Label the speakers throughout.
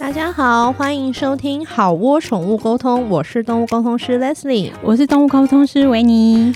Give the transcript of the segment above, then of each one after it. Speaker 1: 大家好，欢迎收听好窝宠物沟通，我是动物沟通师 Leslie。
Speaker 2: 我是动物沟通师维尼。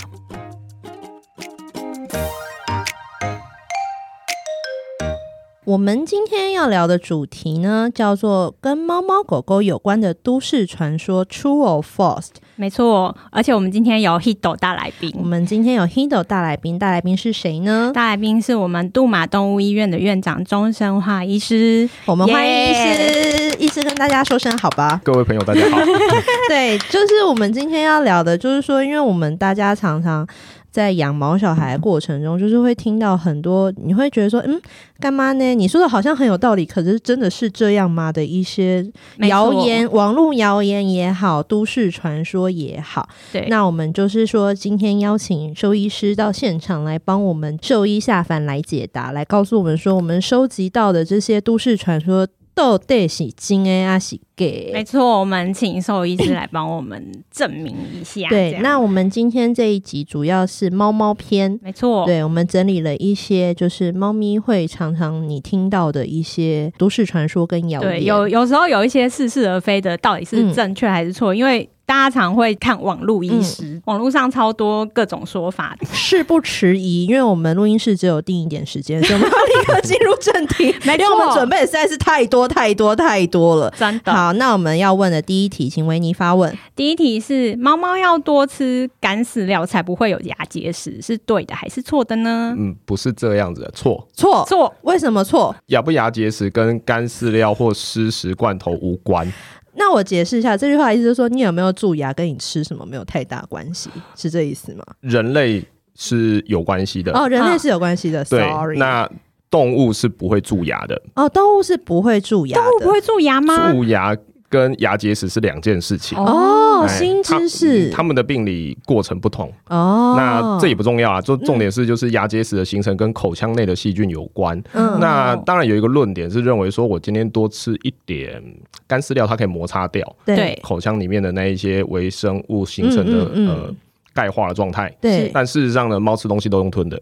Speaker 1: 我们今天要聊的主题呢，叫做跟猫猫狗狗有关的都市传说 （True or False）。
Speaker 2: 没错，而且我们今天有 Hido 大来
Speaker 1: 我
Speaker 2: 宾，
Speaker 1: 们今天有 Hido 大来宾，大来宾是谁呢？
Speaker 2: 嗯大来宾是我们杜马动物医院的院长钟生化医师。
Speaker 1: 我们欢迎医师
Speaker 2: Yeah
Speaker 1: 医师跟大家说声好吧。
Speaker 3: 各位朋友，大家好。
Speaker 1: 对，就是我们今天要聊的，就是说，因为我们大家常常在养毛小孩的过程中，就是会听到很多，你会觉得说，嗯，干嘛呢？你说的好像很有道理，可是真的是这样吗？的一些
Speaker 2: 没
Speaker 1: 谣
Speaker 2: 错
Speaker 1: 言，网络谣言也好，都市传说也好，
Speaker 2: 对，
Speaker 1: 那我们就是说，今天邀请兽医师到现场来帮我们兽医下凡来解答，来告诉我们说，我们收集到的这些都市传说到底是真的还是假的？
Speaker 2: 没错，我们请兽医师来帮我们证明一下。这
Speaker 1: 对，
Speaker 2: 样
Speaker 1: 那我们今天这一集主要是猫猫篇。
Speaker 2: 没错，
Speaker 1: 对，我们整理了一些，就是猫咪会常常你听到的一些都市传说跟谣
Speaker 2: 对，
Speaker 1: 言。
Speaker 2: 有有时候有一些似是而非的，到底
Speaker 1: 嗯
Speaker 2: 是正确还是错？因为大家常会看网络医师，网络上超多各种说法。
Speaker 1: 事不迟疑，因为我们录音室只有定一点时间，所以我们要立刻进入正题
Speaker 2: ，没
Speaker 1: 因为我们
Speaker 2: 错
Speaker 1: 准备实在是太多太多太多了。
Speaker 2: 真的，
Speaker 1: 好，那我们要问的第一题，请维尼发问。
Speaker 2: 第一题是猫猫要多吃干饲料才不会有牙结石，是对的还是错的呢？
Speaker 3: 嗯，不是这样子的，错。
Speaker 1: 错，
Speaker 2: 错，
Speaker 1: 为什么错？
Speaker 3: 牙不牙结石跟干饲料或湿食罐头无关。
Speaker 1: 那我解释一下这句话，意思就是说你有没有蛀牙，跟你吃什么没有太大关系，是这意思吗？
Speaker 3: 人类是有关系的。
Speaker 1: 哦，人
Speaker 2: 啊
Speaker 1: 类是有关系的、s
Speaker 3: 对
Speaker 1: o r r y
Speaker 3: 那动物是不会蛀牙的，
Speaker 1: 哦，动物是不会蛀牙的，
Speaker 2: 动物不会蛀牙吗？
Speaker 3: 蛀牙跟牙结石是两件事情。
Speaker 1: 哦，
Speaker 3: 哎
Speaker 1: 新
Speaker 3: 它
Speaker 1: 知识
Speaker 3: 嗯它们的病理过程不同，
Speaker 1: 哦。
Speaker 3: 那这也不重要啊。就重点是，就是牙结石的形成跟口腔内的细菌有关。
Speaker 1: 嗯
Speaker 3: 那当然有一个论点是认为说，我今天多吃一点干饲料，它可以摩擦掉，
Speaker 1: 对
Speaker 2: 对
Speaker 3: 口腔里面的那一些微生物形成的、
Speaker 1: 嗯嗯嗯
Speaker 3: 呃钙化的状态。
Speaker 1: 对，
Speaker 3: 但事实上呢，猫吃东西都用吞的，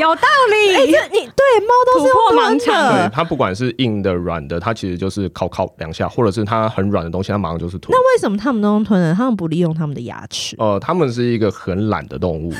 Speaker 2: 有道理，
Speaker 1: 你对猫都是
Speaker 2: 突破
Speaker 1: 用吞
Speaker 2: 盲肠
Speaker 3: 对
Speaker 1: 的，
Speaker 3: 它不管是硬的、软的，它其实就是靠靠两下，或者是它很软的东西，它马上就是吞。
Speaker 1: 为什么它们都用吞的？它们不利用它们的牙齿。
Speaker 3: 呃，它们是一个很懒的动物，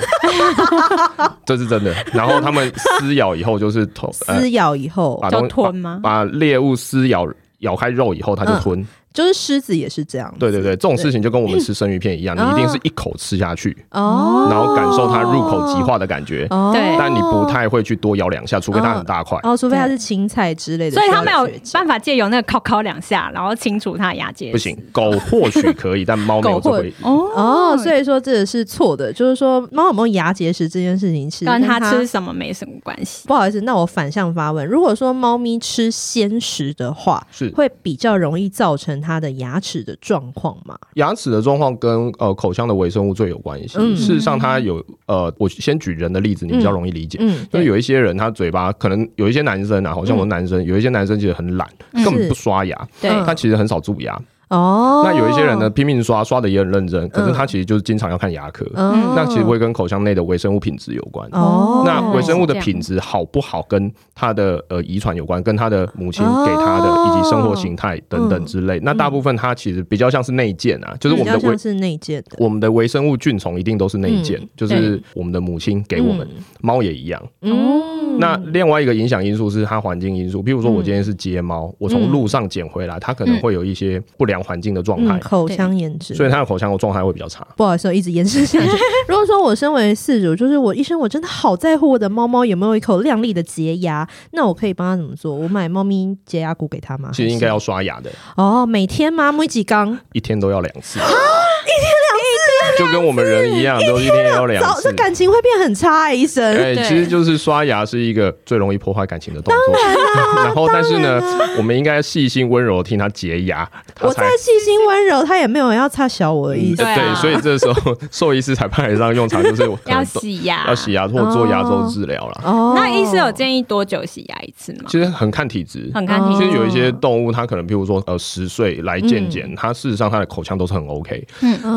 Speaker 3: 这是真的。然后它们撕咬以后就是吞，呃，
Speaker 1: 撕咬以后，
Speaker 3: 把
Speaker 2: 叫
Speaker 3: 东
Speaker 2: 吞吗？
Speaker 3: 把猎物撕咬咬开肉以后，它就
Speaker 1: 嗯
Speaker 3: 吞。
Speaker 1: 就是狮子也是这样。
Speaker 3: 对对对，这种事情就跟我们吃生鱼片一样，你一定是一口吃下去，
Speaker 1: 哦，
Speaker 3: 然后感受它入口即化的感觉。
Speaker 1: 哦，
Speaker 2: 对
Speaker 3: 但你不太会去多咬两下，除非它很大块。
Speaker 1: 哦，除非它是青菜之类的，
Speaker 2: 所以它没有
Speaker 1: 需要咀嚼
Speaker 2: 办法借由那个敲敲两下，然后清除它的牙结石。
Speaker 3: 不行，狗或许可以，但猫没有这回。
Speaker 2: 哦
Speaker 1: 哦，所以说这个是错的，就是说猫有没有牙结石这件事情是
Speaker 2: 跟它
Speaker 1: 它
Speaker 2: 吃什么没什么关系。
Speaker 1: 不好意思，那我反向发问，如果说猫咪吃鲜食的话，
Speaker 3: 是
Speaker 1: 会比较容易造成它的牙齿的状况吗？
Speaker 3: 牙齿的状况跟呃口腔的微生物最有关系。
Speaker 1: 嗯
Speaker 3: 事实上，它有呃，我先举人的例子，你比较容易理解。
Speaker 1: 嗯，
Speaker 3: 因为有一些人，他嘴巴可能有一些男生啊，好像我男生，有一些男生其实很懒，根本不刷牙，
Speaker 2: 对，
Speaker 1: 嗯
Speaker 3: 他其实很少蛀牙。
Speaker 1: 哦，
Speaker 3: 嗯那有一些人呢，，拼命刷，刷的也很认真，可是他其实就是经常要看牙科。
Speaker 1: 嗯
Speaker 3: 那其实会跟口腔内的微生物品质有关。
Speaker 1: 哦，
Speaker 3: 那微生物的
Speaker 2: 是这样
Speaker 3: 品质好不好，跟他的呃遗传有关，跟他的母亲给他的、
Speaker 1: 哦嗯
Speaker 3: 以及生活形态等等之类。那大部分它其实比较像是内建啊，就是我
Speaker 1: 比
Speaker 3: 们
Speaker 1: 较
Speaker 3: 的微
Speaker 1: 像是内建的，
Speaker 3: 我们的微生物菌虫一定都是内建，
Speaker 1: 嗯
Speaker 3: 就是我们的母亲给我们，猫、也一样。
Speaker 1: 嗯，
Speaker 3: 那另外一个影响因素是它环境因素，譬如说我今天是接猫，
Speaker 1: 嗯
Speaker 3: 我从路上捡回来，它可能会有一些不良环境的状态
Speaker 1: 嗯，，口腔炎症，
Speaker 3: 所以它的口腔的状态会比较差。
Speaker 1: 不好意思，我一直延伸下 去。如果说我身为饲主，就是我一生我真的好在乎我的猫猫有没有一口亮丽的洁牙，那我可以帮它怎么做？我买猫咪洁牙骨给它吗？
Speaker 3: 其实应该
Speaker 1: 还
Speaker 3: 要刷牙的，
Speaker 1: 是哦，每天吗？每几缸？
Speaker 3: 一天都要两啊次，一天两次，就跟我们人一样，都一天要两
Speaker 1: 早
Speaker 3: 次
Speaker 1: 这。感情会变很差、欸，医生。
Speaker 3: 哎、
Speaker 2: 对
Speaker 3: 其实就是刷牙是一个最容易破坏感情的动作。 然后，但是呢，我们应该细心温柔地听它洁牙，它
Speaker 1: 我
Speaker 3: 才嗯
Speaker 1: 再细心温柔，他也没有要擦小我的意思。
Speaker 2: 对啊
Speaker 3: 所以这时候兽医师才派得上用 场，就是我可能
Speaker 2: 要
Speaker 3: 都
Speaker 2: 洗牙，
Speaker 3: 要洗。牙或做牙周治疗啦。
Speaker 1: 哦，
Speaker 2: 那医师有建议多久洗牙一次吗？
Speaker 3: 其实很哦看体质。
Speaker 2: 很看体
Speaker 3: 哦其
Speaker 2: 质
Speaker 3: 实有一些动物，它可能譬如说，呃，十岁来健检，它事实上它的口腔都是很 OK。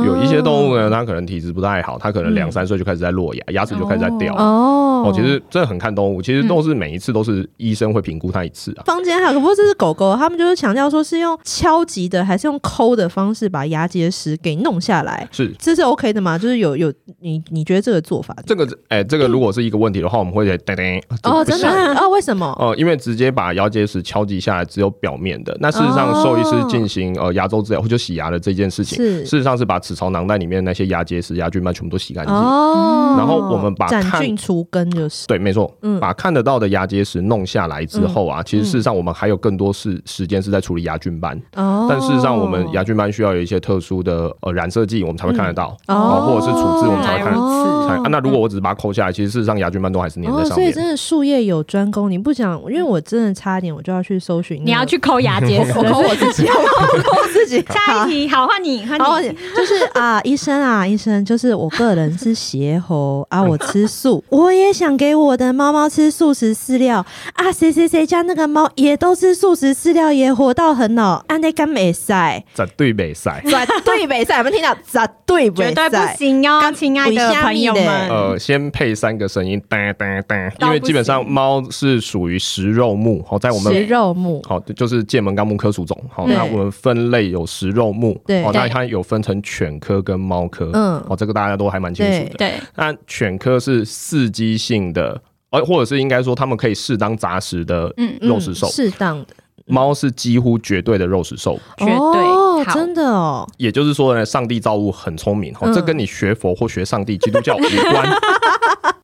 Speaker 3: 有一些动物呢，它可能体质不太好，它可能两三岁就开始在落牙，牙齿就开始在掉。
Speaker 1: 嗯哦，嗯哦
Speaker 3: 哦，其实真的很看动物，其实都是每一次都是医生会评估它一次啊。
Speaker 1: 坊间还有个，不过这是狗狗，他们就是强调说是用敲击的还是用抠的方式把牙结石给弄下来，
Speaker 3: 是
Speaker 1: 这是 OK 的吗？就是有有你你觉得这个做法
Speaker 3: 这个，哎、这个如果是一个问题的话，我们会叮叮
Speaker 1: 哦，
Speaker 3: 这不
Speaker 1: 真
Speaker 3: 是
Speaker 1: 的啊？哦 为什么？
Speaker 3: 呃，因为直接把牙结石敲击下来只有表面的，那事实上
Speaker 1: 哦
Speaker 3: 兽医师进行呃牙周治疗或者洗牙的这件事情，
Speaker 1: 是
Speaker 3: 事实上是把齿槽囊袋里面的那些牙结石、牙菌斑全部都洗干净。
Speaker 1: 哦，
Speaker 3: 然后我们把
Speaker 1: 斩
Speaker 3: 看
Speaker 1: 菌除根就是
Speaker 3: 对，没错，
Speaker 1: 嗯
Speaker 3: 把看得到的牙结石弄下来之后啊，其实事实上我们还有更多是时间是在处理牙菌斑，
Speaker 1: 哦，
Speaker 3: 但事实上我们牙菌斑需要有一些特殊的呃染色剂，我们才会看得到。
Speaker 1: 哦，
Speaker 3: 或者是处置我们才会看
Speaker 1: 哦
Speaker 3: 才啊，那如果我只是把它抠下来，其实事实上牙菌斑都还是粘在
Speaker 1: 哦，
Speaker 3: 上
Speaker 1: 所以
Speaker 3: 面。
Speaker 1: 真的术业有专攻，你不讲，因为我真的差一点，我就要去搜寻那个、
Speaker 2: 嗯你要去抠牙结石
Speaker 1: 我。抠我自己， 我抠自 己。
Speaker 2: 下一题，好换你，换
Speaker 1: 然后
Speaker 2: 你。
Speaker 1: 就是啊，医生啊，医生，就是我个人是邪猴 啊，我吃素，我也想给我的猫猫吃素食饲料啊。谁谁谁家那个猫也都吃素食饲料，也活到很老，啊，那干没赛，
Speaker 3: 在对北赛，
Speaker 1: 绝对没赛，有没有听到？绝对不
Speaker 2: 绝对不
Speaker 1: 赛
Speaker 2: 行哟，亲爱的朋友
Speaker 1: 我下面
Speaker 2: 们。
Speaker 3: 呃，先配三个声音，哒哒哒，因
Speaker 2: 到
Speaker 3: 为
Speaker 2: 不
Speaker 3: 基本上
Speaker 2: 行
Speaker 3: 猫是属于食肉目，好、在我们
Speaker 1: 食肉目，
Speaker 3: 好，就是界门纲目科属种。好，
Speaker 1: 对
Speaker 3: 那我们分类有食肉目，
Speaker 1: 对
Speaker 3: 好，那
Speaker 2: 对
Speaker 3: 它有分成犬科跟猫科，
Speaker 1: 嗯
Speaker 3: 好，这个大家都还蛮清楚的。
Speaker 2: 对，
Speaker 3: 那犬科是刺激性的，呃，或者是应该说它们可以适当杂食的
Speaker 2: 嗯
Speaker 3: 肉食兽
Speaker 1: 嗯，适当的，
Speaker 3: 猫是几乎绝对的肉食兽。
Speaker 2: 绝对
Speaker 1: 哦，
Speaker 2: 好
Speaker 1: 真的哦，
Speaker 3: 也就是说呢，上帝造物很聪明，好，
Speaker 1: 嗯
Speaker 3: 这跟你学佛或学上帝、基督教无 关。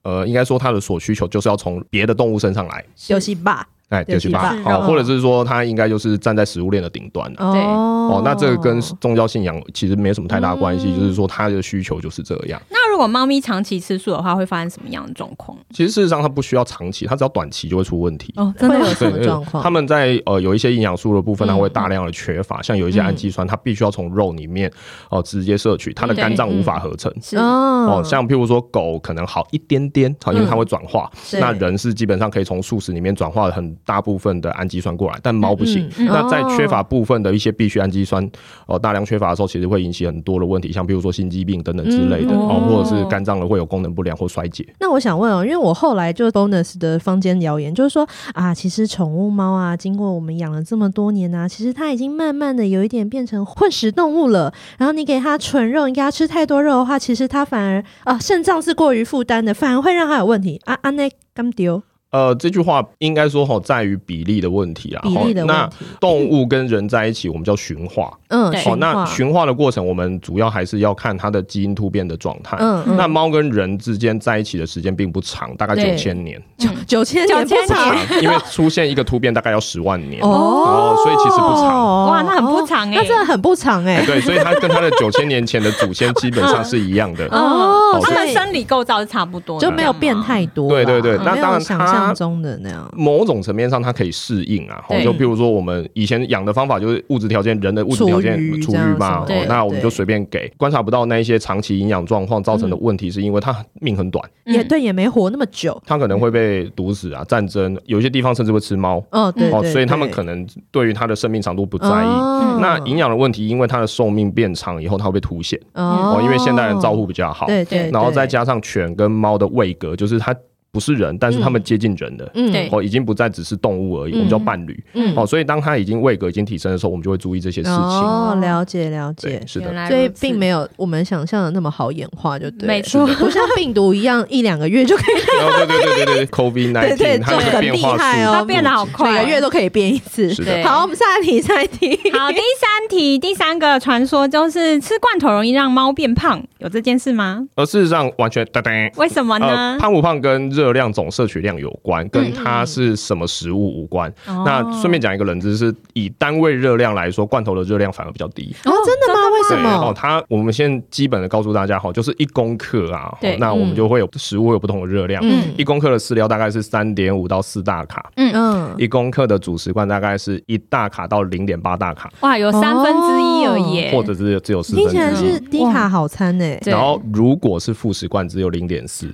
Speaker 3: 呃，应该说它的所需求就是要从别的动物身上来，
Speaker 1: 游戏吧，
Speaker 3: 哎，
Speaker 1: 对
Speaker 3: 就是吧
Speaker 2: 是，
Speaker 3: 好，
Speaker 1: 肉
Speaker 3: 或者是说它应该就是站在食物链的顶端的。
Speaker 2: 对
Speaker 1: 嗯哦
Speaker 3: 哦，那这个跟宗教信仰其实没什么太大关
Speaker 1: 嗯
Speaker 3: 系，就是说它的需求就是这样。
Speaker 2: 那如果猫咪长期吃素的话，会发生什么样的状况？
Speaker 3: 其实事实上它不需要长期，它只要短期就会出问题。
Speaker 2: 哦，
Speaker 1: 会有什
Speaker 3: 对，
Speaker 1: 么
Speaker 3: 对
Speaker 1: 状况？
Speaker 3: 他们在呃有一些营养素的部分，它
Speaker 2: 嗯
Speaker 3: 会大量的缺
Speaker 1: 嗯
Speaker 3: 乏，像有一些氨基酸，它必须要从肉里面哦、呃直接摄取，它的肝脏无法合成。
Speaker 2: 是
Speaker 1: 哦
Speaker 3: 哦，像譬如说狗可能好一点点，好，因为它会转化。
Speaker 1: 嗯
Speaker 3: 那
Speaker 1: 对
Speaker 3: 人是基本上可以从素食里面转化了很大部分的氨基酸过来，但猫不行。
Speaker 1: 嗯嗯
Speaker 3: 那在缺乏
Speaker 1: 哦
Speaker 3: 部分的一些必需氨基酸，哦、大量缺乏的时候，其实会引起很多的问题，像譬如说心肌病等等之类的，
Speaker 1: 嗯
Speaker 3: 哦
Speaker 2: 哦，
Speaker 3: 或者是肝脏的会有功能不良或衰竭。
Speaker 1: 那我想问哦，因为我后来就 bonus 的坊间谣言，就是说啊，其实宠物猫啊，经过我们养了这么多年啊，其实它已经慢慢的有一点变成混食动物了。然后你给它纯肉，你给它吃太多肉的话，其实它反而啊，肾脏是过于负担的，反而会让它有问题啊啊那干丢
Speaker 3: 呃，这句话应该说吼，在于比例的问题啊。
Speaker 1: 比例的问
Speaker 3: 吼那
Speaker 1: 题。
Speaker 3: 动物跟人在一起，我们叫驯化。
Speaker 1: 嗯，
Speaker 2: 对
Speaker 1: 驯
Speaker 3: 哦，那
Speaker 1: 化
Speaker 3: 驯化的过程，我们主要还是要看它的基因突变的状态。
Speaker 1: 嗯嗯，
Speaker 3: 那猫跟人之间在一起的时间并不长，大概
Speaker 1: 对
Speaker 3: 九千年，啊
Speaker 1: 九千年不
Speaker 2: 9000
Speaker 1: 长
Speaker 2: 年
Speaker 3: 因为出现一个突变大概要十万年。
Speaker 1: 哦
Speaker 3: 哦所以其实不长
Speaker 2: 哇，那很不
Speaker 1: 哦
Speaker 2: 长哎
Speaker 1: 那，真的很不长哎、
Speaker 3: 哎对，所以它跟它的九千年前的祖先基本上是一样的。
Speaker 1: 哦，
Speaker 3: 哦
Speaker 2: 它
Speaker 1: 所
Speaker 2: 们
Speaker 1: 以
Speaker 2: 生理构造是差不多的，
Speaker 1: 就没有变太多啦。
Speaker 3: 对对对那
Speaker 1: 没有
Speaker 3: 当然
Speaker 1: 想
Speaker 3: 它
Speaker 1: 象中的那样。
Speaker 3: 某种层面上，它可以适应啊。哦
Speaker 2: 对
Speaker 3: 就譬如说，我们以前养的方法就是物质条件，人的物质条件
Speaker 1: 厨余
Speaker 3: 储
Speaker 1: 这样
Speaker 3: 育嘛，
Speaker 1: 什么
Speaker 3: 哦
Speaker 1: 的
Speaker 3: 那我们就
Speaker 1: 对嗯
Speaker 3: 随便给，观察不到那一些长期营养状况造成的问题，是因为它命很短，
Speaker 2: 嗯
Speaker 1: 也对，也没活那么久。
Speaker 3: 它可能会被毒死啊，战争，有一些地方甚至会吃猫。
Speaker 1: 哦，对
Speaker 3: 哦，
Speaker 1: 对
Speaker 3: 所以他们
Speaker 1: 对
Speaker 3: 可能对于它的生命长度不在意。
Speaker 1: 哦
Speaker 3: 那营养的问题，因为它的寿命变长以后，它会被凸显
Speaker 1: 哦
Speaker 3: 哦，因为现代人照护比较好，
Speaker 1: 对对，
Speaker 3: 然后
Speaker 1: 对
Speaker 3: 再加上犬跟猫的位格，就是它不是人，但是它们接近人的。
Speaker 1: 嗯
Speaker 2: 对
Speaker 3: 哦，已经不再只是动物而已，
Speaker 1: 嗯
Speaker 3: 我们叫伴侣。
Speaker 1: 嗯
Speaker 3: 哦，所以当它已经位格已经提升的时候，我们就会注意这些事情。啊
Speaker 1: 哦，了解了
Speaker 3: 对
Speaker 1: 解，。
Speaker 3: 是
Speaker 2: 原
Speaker 3: 的，
Speaker 2: 来
Speaker 1: 所以
Speaker 2: 如此
Speaker 1: 并没有我们想象的那么好演化，就对了，
Speaker 2: 没错
Speaker 1: 不像病毒一样一两个月就 可以，
Speaker 3: 然后对对对对对，COVID
Speaker 1: 对对
Speaker 3: nineteen 它
Speaker 1: 就
Speaker 3: 的
Speaker 1: 很
Speaker 3: 变
Speaker 1: 厉
Speaker 3: 化
Speaker 1: 害
Speaker 3: 速
Speaker 1: 哦
Speaker 2: 它变得好快，
Speaker 1: 每个月都可以变一次。
Speaker 3: 是
Speaker 2: 对
Speaker 3: 的，
Speaker 1: 好，我们下一题，下一题。
Speaker 2: 好，第三题，第三个传说就是吃罐头容易让猫变胖，有这件事吗？
Speaker 3: 而事实上完全哒哒。
Speaker 2: 为什么呢
Speaker 3: 呃，？胖不胖跟热量总摄取量有关，
Speaker 1: 啊嗯
Speaker 3: 跟它是什么食物无关。
Speaker 2: 哦
Speaker 3: 那顺便讲一个冷知识，以单位热量来说，罐头的热量反而比较低。
Speaker 1: 哦，真的吗？为什
Speaker 3: 对，哦
Speaker 1: 么，？
Speaker 3: 它我们先基本的告诉大家哈，就是一公克啊，
Speaker 2: 对
Speaker 3: 哦那我们就会有食物会有不同的热量。
Speaker 1: 嗯
Speaker 3: 一公克的饲料大概是三点五到四大卡，
Speaker 1: 嗯，
Speaker 3: 一公克的主食罐大概是一大卡到零点八大卡，
Speaker 2: 哇，有三分之一而已，
Speaker 3: 或者是只有四
Speaker 1: 哎听
Speaker 3: 分
Speaker 1: 起来
Speaker 3: 之
Speaker 1: 是
Speaker 3: 一。
Speaker 1: 低卡好餐呢，
Speaker 2: 对
Speaker 3: 然后如果是副食罐只有零点四，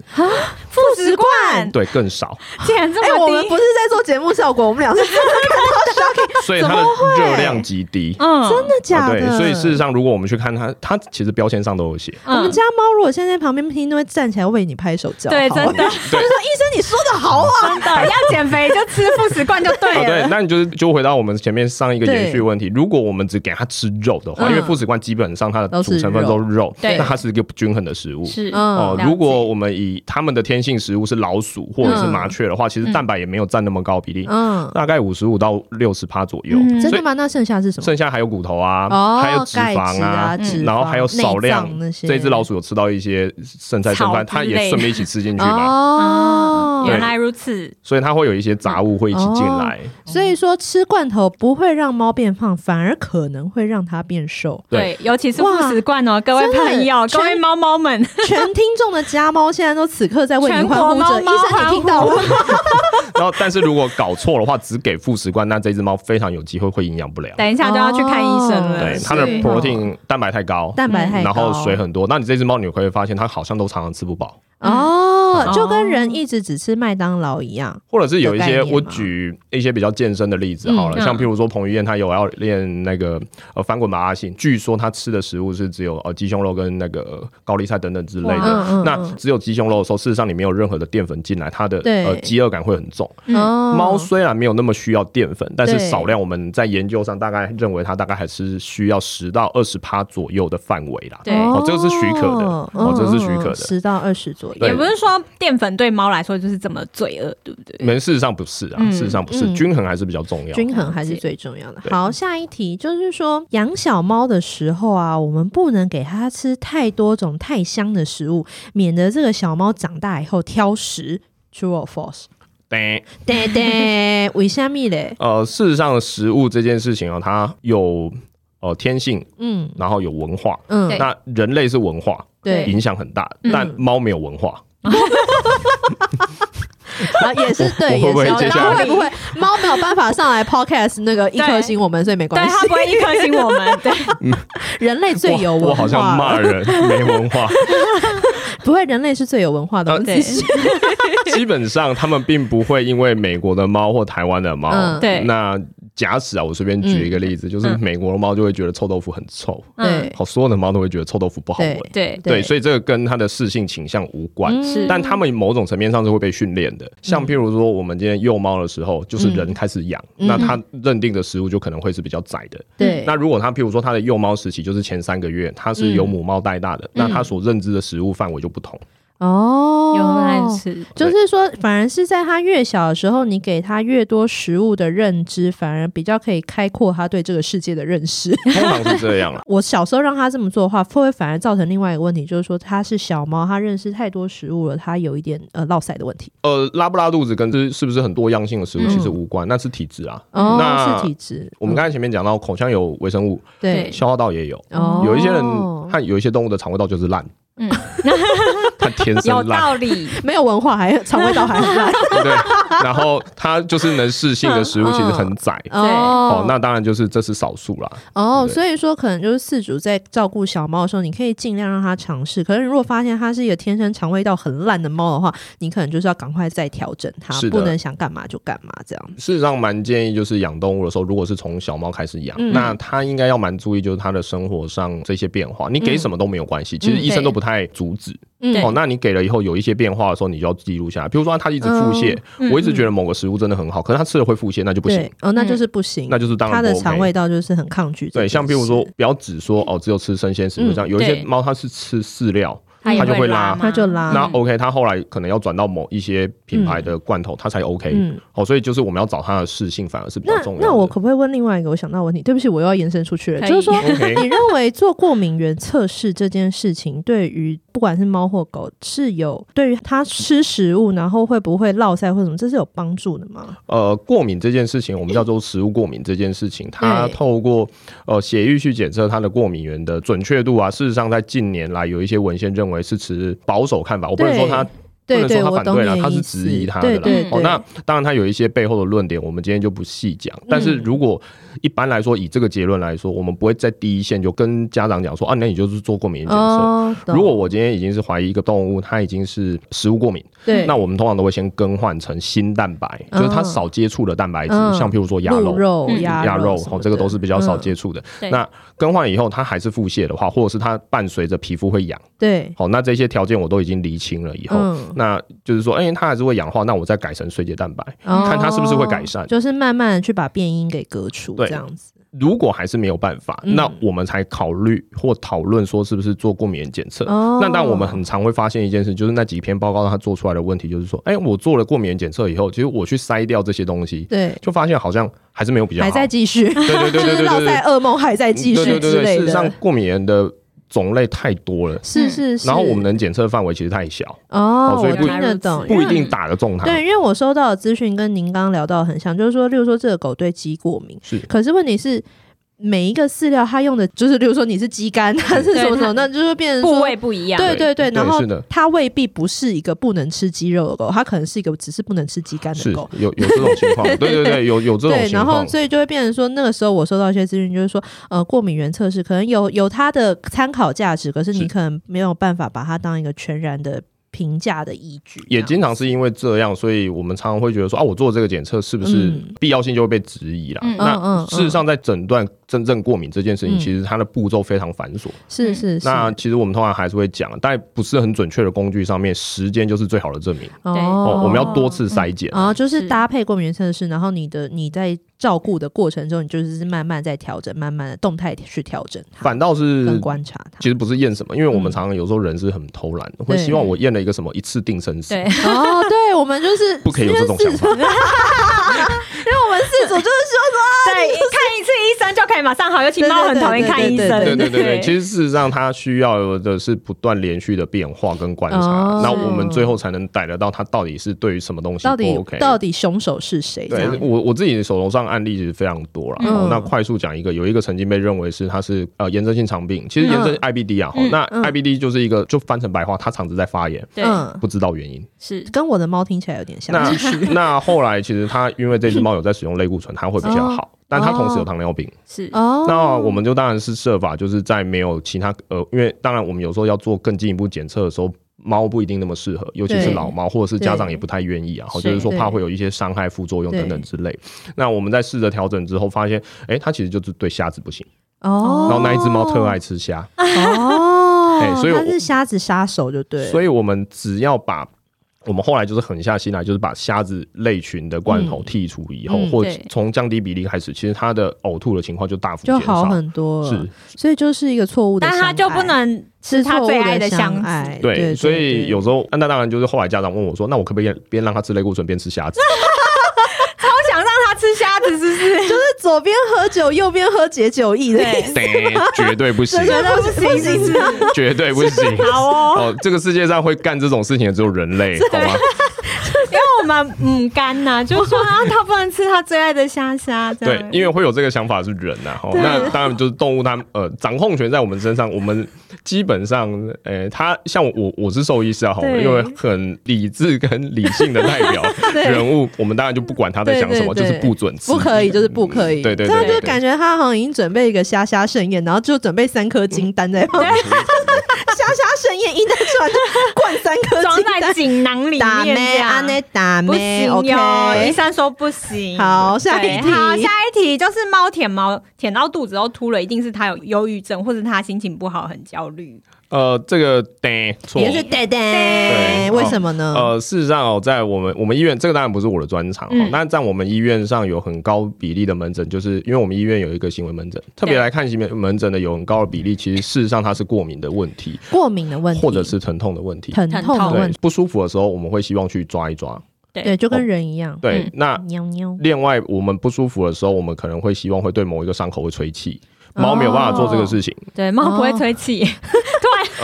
Speaker 1: 副食罐
Speaker 2: 看，
Speaker 3: 对，更少，
Speaker 2: 竟然这
Speaker 1: 哎、
Speaker 2: 么
Speaker 1: 我
Speaker 2: 低，
Speaker 1: 们不是在做节目效果，我们俩是 真
Speaker 3: 所以它的热量极低。
Speaker 2: 嗯，
Speaker 1: 的假
Speaker 3: 啊
Speaker 1: 的？
Speaker 3: 对，所以事实上，如果我们去看它，它其实标签上都有写。
Speaker 1: 我们
Speaker 2: 嗯，
Speaker 1: 家猫如果现在在旁边听，都会站起来为你拍手叫好。
Speaker 2: 对，真的
Speaker 1: 就说医生你说的好啊，
Speaker 2: 真的要减肥就吃副食罐就
Speaker 3: 啊，
Speaker 2: 对
Speaker 3: 对
Speaker 2: 了，，
Speaker 3: 那你就是就回到我们前面上一个
Speaker 1: 对
Speaker 3: 延续问题，如果我们只给它吃肉的话，
Speaker 2: 嗯
Speaker 3: 因为副食罐基本上它
Speaker 1: 都
Speaker 3: 的
Speaker 1: 是
Speaker 3: 主成分
Speaker 1: 肉
Speaker 3: 都是肉，
Speaker 2: 对
Speaker 3: 那它是一个不均衡的食物。
Speaker 2: 是
Speaker 1: 嗯
Speaker 3: 哦
Speaker 2: 了，解
Speaker 3: 如果我们以它们的天性食物是老鼠或者是麻雀的话，其实蛋白也没有占那么高比例，
Speaker 1: 嗯，
Speaker 3: 大概五十五到六十趴左右。
Speaker 2: 嗯
Speaker 1: 真的吗？那剩下是什么？
Speaker 3: 剩下还有骨头啊，
Speaker 1: 哦，
Speaker 3: 还有脂
Speaker 1: 钙
Speaker 3: 肪嗯
Speaker 1: 啊，脂
Speaker 3: 然后
Speaker 1: 肪
Speaker 3: 还有少
Speaker 1: 内
Speaker 3: 量
Speaker 1: 脏那。些。
Speaker 3: 这只老鼠有吃到一些剩菜剩
Speaker 2: 草
Speaker 3: 饭，
Speaker 2: 之
Speaker 3: 它
Speaker 2: 类
Speaker 3: 也
Speaker 2: 的
Speaker 3: 顺便一起吃进去嘛，
Speaker 1: 哦
Speaker 2: 嗯，
Speaker 3: 对
Speaker 2: 原来如此，
Speaker 3: 所以它会有一些杂物会一起进来。。
Speaker 1: 所以说吃罐头不会让猫变胖，反而可能会让它变瘦
Speaker 3: 对
Speaker 2: 对，尤其是副食罐哦，各位朋友，
Speaker 1: 真的
Speaker 2: 各位猫猫们，
Speaker 1: 全听众的家猫现在都此刻在为你
Speaker 2: 全
Speaker 1: 欢
Speaker 2: 国
Speaker 1: 呼着，
Speaker 2: 猫
Speaker 1: 医
Speaker 2: 猫
Speaker 1: 生
Speaker 2: 欢
Speaker 1: 你
Speaker 2: 呼
Speaker 1: 听到了吗？
Speaker 3: 然后，但是如果搞错的话，只给副食罐，那这只猫非常有机会会营养不良。
Speaker 2: 等一下就要去看医生了，
Speaker 3: 对，
Speaker 1: 是
Speaker 3: 它的
Speaker 1: 哦
Speaker 3: protein 蛋白太高，
Speaker 1: 蛋白太高，
Speaker 3: 嗯然后水很多。那你这只猫，你会发现它好像都常常吃不饱，
Speaker 1: 哦，
Speaker 2: 嗯
Speaker 1: 就跟人一直只吃麦当劳一样。
Speaker 3: 或者是有一
Speaker 1: 的概
Speaker 3: 些
Speaker 1: 念吗
Speaker 3: 我举一些比较健身的例子好了，
Speaker 2: 嗯
Speaker 3: 像譬如说彭于晏，他有要练那个呃翻滚马拉性，据说他吃的食物是只有呃鸡胸肉跟那个呃高丽菜等等之类
Speaker 2: 哇
Speaker 1: 嗯嗯
Speaker 3: 的。那
Speaker 1: 嗯
Speaker 3: 只有鸡胸肉的时候，事实上你没有任何的淀粉进来，它的
Speaker 1: 对
Speaker 3: 呃饥饿感会很重。
Speaker 2: 嗯
Speaker 1: 哦，
Speaker 3: 猫虽然没有那么需要淀粉，但是
Speaker 1: 对
Speaker 3: 少量我们在研究上大概认为它大概还是需要十到二十趴左右的范围啦。
Speaker 2: 对
Speaker 3: 哦这个是许可的哦这个是许可的
Speaker 1: 嗯十到二十左右
Speaker 3: 对
Speaker 2: 也。不是说淀粉对猫来说就是这么罪恶，对不对？
Speaker 3: 没，事实上不是啊，
Speaker 2: 嗯
Speaker 3: 事实上不是，
Speaker 1: 嗯
Speaker 3: 均衡还是比较重要。
Speaker 1: 均衡还是最重要的。好，下一题就是说，养小猫的时候啊，我们不能给它吃太多种太香的食物，免得这个小猫长大以后挑食。True or false？
Speaker 3: 对，
Speaker 1: 对对，为什么嘞？
Speaker 3: 呃，事实上食物这件事情啊，它有呃天性，
Speaker 1: 嗯
Speaker 3: 然后有文化。
Speaker 1: 嗯，
Speaker 2: 对
Speaker 3: 那人类是文化，
Speaker 1: 对
Speaker 3: 影响很大，
Speaker 2: 嗯
Speaker 3: 但猫没有文化。
Speaker 1: 啊，也是对，
Speaker 3: 我
Speaker 1: 也
Speaker 3: 会不会
Speaker 1: 是
Speaker 3: 接
Speaker 1: 对。
Speaker 3: 下
Speaker 1: 然后
Speaker 3: 来
Speaker 1: 会不会猫没有办法上来 podcast 那个一颗星我们，所以没
Speaker 2: 对，
Speaker 1: 关系
Speaker 2: 它。不会一颗心我们，对，
Speaker 1: 人类最有
Speaker 3: 我
Speaker 1: 文
Speaker 3: 好像骂
Speaker 1: 化，
Speaker 3: 人，没文化。
Speaker 1: 不会，人类是最有文化的。
Speaker 3: 啊
Speaker 1: 我们
Speaker 2: 对
Speaker 1: 自己
Speaker 3: 基本上他们并不会因为美国的猫或台湾的猫。
Speaker 1: 嗯
Speaker 2: 对
Speaker 3: 那假使啊，我随便举一个例子，就是
Speaker 2: 嗯
Speaker 3: 美国的猫就会觉得臭豆腐很臭，
Speaker 2: 嗯
Speaker 1: 对
Speaker 3: 好，所有的猫都会觉得臭豆腐不好闻
Speaker 1: 对。
Speaker 2: 对，
Speaker 1: 对
Speaker 3: 对，所以这个跟它的适性倾向无关。
Speaker 1: 嗯
Speaker 2: 是
Speaker 3: 但它们某种层面上是会被训练的，像譬如说我们今天幼猫的时候，就是人开始养，
Speaker 1: 嗯
Speaker 3: 那它认定的食物就可能会是比较窄的。
Speaker 1: 对
Speaker 3: 那如果它譬如说它的幼猫时期就是前三个月，它
Speaker 1: 嗯
Speaker 3: 是由母猫带大的，那它所认知的食物范围就 不同。
Speaker 1: 哦，
Speaker 2: 有来吃，
Speaker 1: 就是说，反而是在他越小的时候，你给他越多食物的认知，反而比较可以开阔他对这个世界的认识。
Speaker 3: 通常是这样啦
Speaker 1: 我小时候让他这么做的话，会不会反而造成另外一个问题，就是说他是小猫，他认识太多食物了，他有一点呃落塞的问题。
Speaker 3: 呃，拉不拉肚子跟这是不是很多样性的食物
Speaker 1: 嗯
Speaker 3: 其实无关，那是体质啊。
Speaker 1: 哦，
Speaker 3: 那
Speaker 1: 是体质。
Speaker 3: 我们刚才前面讲到，口腔有微生物，
Speaker 1: 嗯对
Speaker 3: 消化道也有。
Speaker 1: 哦，
Speaker 3: 有一些人和有一些动物的肠胃道就是烂，
Speaker 2: 嗯，
Speaker 3: 它天
Speaker 2: 有
Speaker 3: 生烂，
Speaker 2: 道理，
Speaker 1: 没有文化，还肠胃道还 很烂。
Speaker 3: 对，然后它就是能适性的食物其实很窄。
Speaker 1: 嗯
Speaker 3: 哦，那当然就是这是少数啦。
Speaker 1: 哦，
Speaker 3: 对
Speaker 1: 所以说可能就是饲主在照顾小猫的时候，你可以尽量让它尝试。可是如果发现它是一个天生肠胃道很烂的猫的话，你可能就是要赶快再调整它，
Speaker 3: 是的
Speaker 1: 不能想干嘛就干嘛这样。
Speaker 3: 事实上，蛮建议就是养动物的时候，如果是从小猫开始养，
Speaker 1: 嗯
Speaker 3: 那它应该要蛮注意就是它的生活上这些变化。你给什么都没有关系，其实医生都不太阻止。
Speaker 1: 嗯
Speaker 3: 哦，那你给了以后有一些变化的时候，你就要记录下来。比如说它一直腹泻，
Speaker 2: 嗯
Speaker 3: 我一直觉得某个食物真的很好，可是它吃了会腹泻，那就不行
Speaker 1: 对。，哦，那就是不行，
Speaker 3: 那就是当
Speaker 1: 它
Speaker 3: 然不
Speaker 1: 的
Speaker 3: OK
Speaker 1: 肠胃道就是很抗拒这件
Speaker 3: 对，
Speaker 1: 事。
Speaker 3: 像比如
Speaker 2: 嗯
Speaker 3: 说，不要只说哦，只有吃生鲜食
Speaker 1: 嗯
Speaker 3: 物这样。有一些
Speaker 2: 对
Speaker 3: 猫它是吃饲料，
Speaker 2: 它也
Speaker 3: 它就会
Speaker 2: 拉
Speaker 3: 拉
Speaker 2: 嘛，
Speaker 1: 它就拉
Speaker 3: 那 OK，它后来可能要转到某一些品牌的罐头，它才 OK。
Speaker 1: 嗯，
Speaker 3: 哦，所以就是我们要找它的适性，反而是比较
Speaker 1: 那
Speaker 3: 重要的。
Speaker 1: 那我可不可以问另外一个我想到的问题？对不起，我又要延伸出去了，
Speaker 2: 可以
Speaker 1: 就是说。
Speaker 3: OK，
Speaker 1: 你认为做过敏原测试这件事情，对于不管是猫或狗，是有对于它吃食物，然后会不会落腮或什么，这是有帮助的吗？
Speaker 3: 呃，过敏这件事情，我们叫做食物过敏这件 事情，它
Speaker 1: 对
Speaker 3: 透过呃血液去检测它的过敏源的准确度啊。事实上，在近年来有一些文献认为是持保守看法，我不能
Speaker 1: 对
Speaker 3: 说它不
Speaker 1: 对
Speaker 3: 能说
Speaker 1: 对，
Speaker 3: 他
Speaker 1: 我
Speaker 3: 反
Speaker 1: 懂
Speaker 3: 对
Speaker 1: 你
Speaker 3: 啦，
Speaker 1: 的
Speaker 3: 他是
Speaker 1: 意
Speaker 3: 质
Speaker 1: 思
Speaker 3: 疑他的
Speaker 1: 对
Speaker 3: 啦。
Speaker 1: 对
Speaker 2: 嗯
Speaker 1: 对，嗯
Speaker 3: 哦，那当然他有一些背后的论点，我们今天就不细讲。但是如果一般来说，以这个结论来说，我们不会在第一线就跟家长讲说啊，那你就是做过敏原检测。
Speaker 1: 哦，懂
Speaker 3: 如果我今天已经是怀疑一个动物，它已经是食物过敏，
Speaker 1: 对
Speaker 3: 那我们通常都会先更换成新蛋白，就是它
Speaker 1: 嗯
Speaker 3: 少接触的蛋白质，
Speaker 1: 嗯
Speaker 3: 像譬如说鸭
Speaker 1: 鹿肉、
Speaker 2: 嗯
Speaker 1: 鸭
Speaker 3: 鸭肉
Speaker 1: 什么
Speaker 3: 哦，这个
Speaker 1: 的
Speaker 3: 都是比较少接
Speaker 1: 嗯
Speaker 3: 触的。
Speaker 2: 对
Speaker 3: 那更换以后，它还是腹泻的话，或者是它伴随着皮肤会痒，哦
Speaker 1: 对，
Speaker 3: 好、那这些条件我都已经厘清了以后，
Speaker 1: 嗯，
Speaker 3: 那就是说，哎、它还是会氧化，那我再改成水解蛋白。看它是不是会改善
Speaker 1: 哦就是慢慢的去把变音给革除，
Speaker 3: 对
Speaker 1: 这样子。
Speaker 3: 如果还是没有办法，
Speaker 1: 嗯
Speaker 3: 那我们才考虑或讨论说是不是做过敏原检测。
Speaker 1: 哦
Speaker 3: 呃那但我们很常会发现一件事，就是那几篇报告它做出来的问题，就是说，哎、我做了过敏原检测以后，其实我去筛掉这些东西，
Speaker 1: 对，
Speaker 3: 就发现好像还是没有比较
Speaker 1: 还
Speaker 3: 好。
Speaker 1: 在继续，
Speaker 3: 对对
Speaker 1: 就
Speaker 3: 对对
Speaker 1: 是
Speaker 3: 对
Speaker 1: 绕
Speaker 3: 对嗯
Speaker 1: 在噩梦还在继
Speaker 3: 对
Speaker 1: 续
Speaker 3: 对对
Speaker 1: 之
Speaker 3: 对，
Speaker 1: 类
Speaker 3: 事实上
Speaker 1: 的。
Speaker 3: 过敏原的种类太多了，
Speaker 1: 是是是，
Speaker 3: 然后我们能检测范围其实太小，
Speaker 1: 哦，
Speaker 3: 哦所以
Speaker 1: 我
Speaker 3: 不
Speaker 1: 听得懂，
Speaker 3: 不
Speaker 1: 因
Speaker 3: 一
Speaker 1: 为
Speaker 3: 定啊打得中它。
Speaker 1: 对，因为我收到的资讯跟您刚刚聊到的很像，就是说，例如说这个狗对鸡过敏，
Speaker 3: 是
Speaker 1: 可是问题是。每一个饲料它用的就是，例如说你是鸡肝，它
Speaker 3: 嗯
Speaker 1: 是什么什么，
Speaker 2: 对它
Speaker 1: 那就是变成说
Speaker 2: 部位不一样，
Speaker 1: 对对对，
Speaker 3: 对
Speaker 1: 然后
Speaker 3: 是的
Speaker 1: 它未必不是一个不能吃鸡肉的狗，它可能是一个只是不能吃鸡肝的
Speaker 3: 是
Speaker 1: 狗。
Speaker 3: 有有 这种情况，对对对，有有这种
Speaker 1: 对，
Speaker 3: 情
Speaker 1: 然后
Speaker 3: 况。
Speaker 1: 所以就会变成说，那个时候我收到一些资讯，就是说，呃，过敏原测试可能有有它的参考价值，可是你
Speaker 3: 是
Speaker 1: 可能没有办法把它当一个全然的评价的依据。
Speaker 3: 也
Speaker 1: 这
Speaker 3: 经
Speaker 1: 样
Speaker 3: 常是因为这样，所以我们常常会觉得说啊，我做这个检测是不是
Speaker 1: 嗯
Speaker 3: 必要性就会被质疑啦？
Speaker 2: 嗯
Speaker 1: 嗯
Speaker 3: 那
Speaker 1: 嗯
Speaker 3: 事实上，在诊断真正过敏这件事情，
Speaker 1: 嗯
Speaker 3: 其实它的步骤非常繁琐。
Speaker 1: 是
Speaker 2: 嗯
Speaker 1: 是是，
Speaker 3: 那其实我们通常还是会讲，但不是很准确的工具上面，时间就是最好的证明。哦，我们要多次筛检。
Speaker 1: 啊，就是
Speaker 2: 是
Speaker 1: 搭配过敏原测试，然后你的你在照顾的过程中，你就是慢慢在调整，慢慢的动态去调整它，
Speaker 3: 反倒是
Speaker 1: 跟观察它。
Speaker 3: 其实不是验什么，因为我们常常有时候人是很偷懒的，
Speaker 1: 嗯
Speaker 3: 会
Speaker 1: 对
Speaker 3: 希望我验了一个什么一次定生死，
Speaker 2: 对，
Speaker 1: 哦，对，我们就是
Speaker 3: 不可以有这种想法。
Speaker 1: 因为我们四组就是啊
Speaker 2: 对，看一次医生就可以马上好，尤其猫很讨厌看医生。
Speaker 3: 对对
Speaker 2: 对
Speaker 3: 对对，其实事实上它需要的是不断连续的变化跟观察
Speaker 1: 哦，
Speaker 3: 那、我们最后才能逮得到它到底是对于什么东西
Speaker 1: 到
Speaker 3: 不
Speaker 1: 底
Speaker 3: 哦 OK。
Speaker 1: 到底凶手是谁？这
Speaker 3: 对
Speaker 1: 样
Speaker 3: 我我自己手头上案例其实非常多了、
Speaker 1: 嗯
Speaker 3: 哦那快速讲一个，有一个曾经被认为是它是呃炎症性肠病，其实炎症
Speaker 1: 嗯
Speaker 3: IBD 啊，哦
Speaker 2: 嗯
Speaker 3: 那
Speaker 1: 嗯
Speaker 3: IBD 就是一个就翻成白话，它肠子在发炎，
Speaker 2: 对
Speaker 1: 嗯，
Speaker 3: 不知道原因。
Speaker 2: 是
Speaker 1: 跟我的猫听起来有点像
Speaker 3: 那。 那后来其实它因为这只猫有在使用类固醇，它会比较好，但它同时有糖尿病。
Speaker 2: 是
Speaker 1: 哦，
Speaker 3: 那我们就当然是设法，就是在没有其他呃，因为当然我们有时候要做更进一步检测的时候，猫不一定那么适合，尤其是
Speaker 1: 对
Speaker 3: 老猫或者是家长也不太愿意啊，然后就是说
Speaker 1: 对
Speaker 3: 怕会有一些伤害、副作用
Speaker 1: 对
Speaker 3: 等等之类。那我们在试着调整之后，发现哎、它其实就是对虾子不行，
Speaker 1: 哦，
Speaker 3: 然后那一只猫特爱吃虾，
Speaker 1: 哦，
Speaker 3: 哎所以我
Speaker 1: 它是瞎子杀手就对了，
Speaker 3: 所以我们只要把。我们后来就是狠下心来，就是把虾子类群的罐头剔除以后，
Speaker 1: 嗯
Speaker 3: 或
Speaker 2: 对
Speaker 3: 从降低比例开始，其实它的呕吐的情况就大幅
Speaker 1: 就
Speaker 3: 减
Speaker 1: 好
Speaker 3: 少。
Speaker 1: 很多了
Speaker 3: 是。，
Speaker 1: 所以就是一个错误的
Speaker 2: 但
Speaker 1: 相爱，
Speaker 2: 他就不能吃
Speaker 1: 是
Speaker 2: 他
Speaker 1: 错误
Speaker 2: 最爱的
Speaker 1: 相
Speaker 2: 香
Speaker 1: 爱，
Speaker 3: 对，
Speaker 1: 对，
Speaker 3: 所以
Speaker 1: 对
Speaker 3: 有时候那当然就是后来家长问我说，那我可不可以边让他吃类固醇边吃 虾子？
Speaker 2: 超想让他吃虾子，是不 是？
Speaker 1: 就是左边喝酒，右边喝解酒意的意思，
Speaker 3: 对，绝对不行，
Speaker 1: 绝对不
Speaker 2: 不
Speaker 1: 行，
Speaker 2: 行
Speaker 1: 是不是
Speaker 3: 绝对不 行。
Speaker 2: 好哦，
Speaker 3: 哦，这个世界上会干这种事情的只有 人类，好吗？
Speaker 2: 因为我们嗯干呐，就是说 啊，他不能吃他最爱的虾虾，这
Speaker 3: 对
Speaker 2: 样，
Speaker 3: 因为会有这个想法是人呐、哦，那当然就是动物它呃掌控权在我们身上，我们基本上呃，它像我我是兽医师啊，好，
Speaker 2: 对
Speaker 3: 因为很理智跟理性的代表人物，我们当然就不管他在想什么，
Speaker 1: 对对
Speaker 3: 就是
Speaker 1: 对
Speaker 3: 不准吃，
Speaker 1: 不可以，就是不可以。
Speaker 3: 嗯对对对
Speaker 1: 这样就
Speaker 3: 对
Speaker 1: 感觉他好像已经准备一个虾虾盛宴，然后就准备三颗金丹在
Speaker 2: 嗯
Speaker 1: 旁边，虾虾盛宴一拿出来就灌三颗
Speaker 2: 装
Speaker 1: 金
Speaker 2: 在
Speaker 1: 丹，
Speaker 2: 锦囊里
Speaker 1: 打
Speaker 2: 面
Speaker 1: 咩
Speaker 2: 这
Speaker 1: 安
Speaker 2: 样。
Speaker 1: 内打
Speaker 2: 不
Speaker 1: 咩
Speaker 2: 行哟，医
Speaker 1: ，OK。
Speaker 2: 生说不行。
Speaker 1: 好下一
Speaker 2: 对
Speaker 1: 题
Speaker 2: 好，下一题就是猫舔毛舔到肚子都秃了，一定是它有忧郁症，或是它心情不好，很焦虑。
Speaker 3: 呃，这个对错，
Speaker 1: 也是蛋
Speaker 2: 对
Speaker 1: 蛋，为什么呢？
Speaker 3: 呃，事实上哦，在我们我们医院，这个当然不是我的专长哦
Speaker 2: 嗯。
Speaker 3: 那、在我们医院上有很高比例的门诊，就是因为我们医院有一个行为门诊，特别来看行为门诊的有很高的比例，其实事实上它是过敏的问题，
Speaker 1: 过敏的问题，
Speaker 3: 或者是疼痛的问题。
Speaker 1: 疼痛的
Speaker 2: 疼
Speaker 3: 对
Speaker 1: 问题，，
Speaker 3: 不舒服的时候，我们会希望去抓一抓。
Speaker 1: 对，
Speaker 3: 哦
Speaker 1: 就跟人一样。
Speaker 3: 对，
Speaker 2: 嗯
Speaker 3: 那
Speaker 1: 喵喵，
Speaker 3: 另外我们不舒服的时候，我们可能会希望会对某一个伤口会吹气。猫没有办法做
Speaker 1: 哦
Speaker 3: 这个事情，
Speaker 2: 对，猫不会吹气，突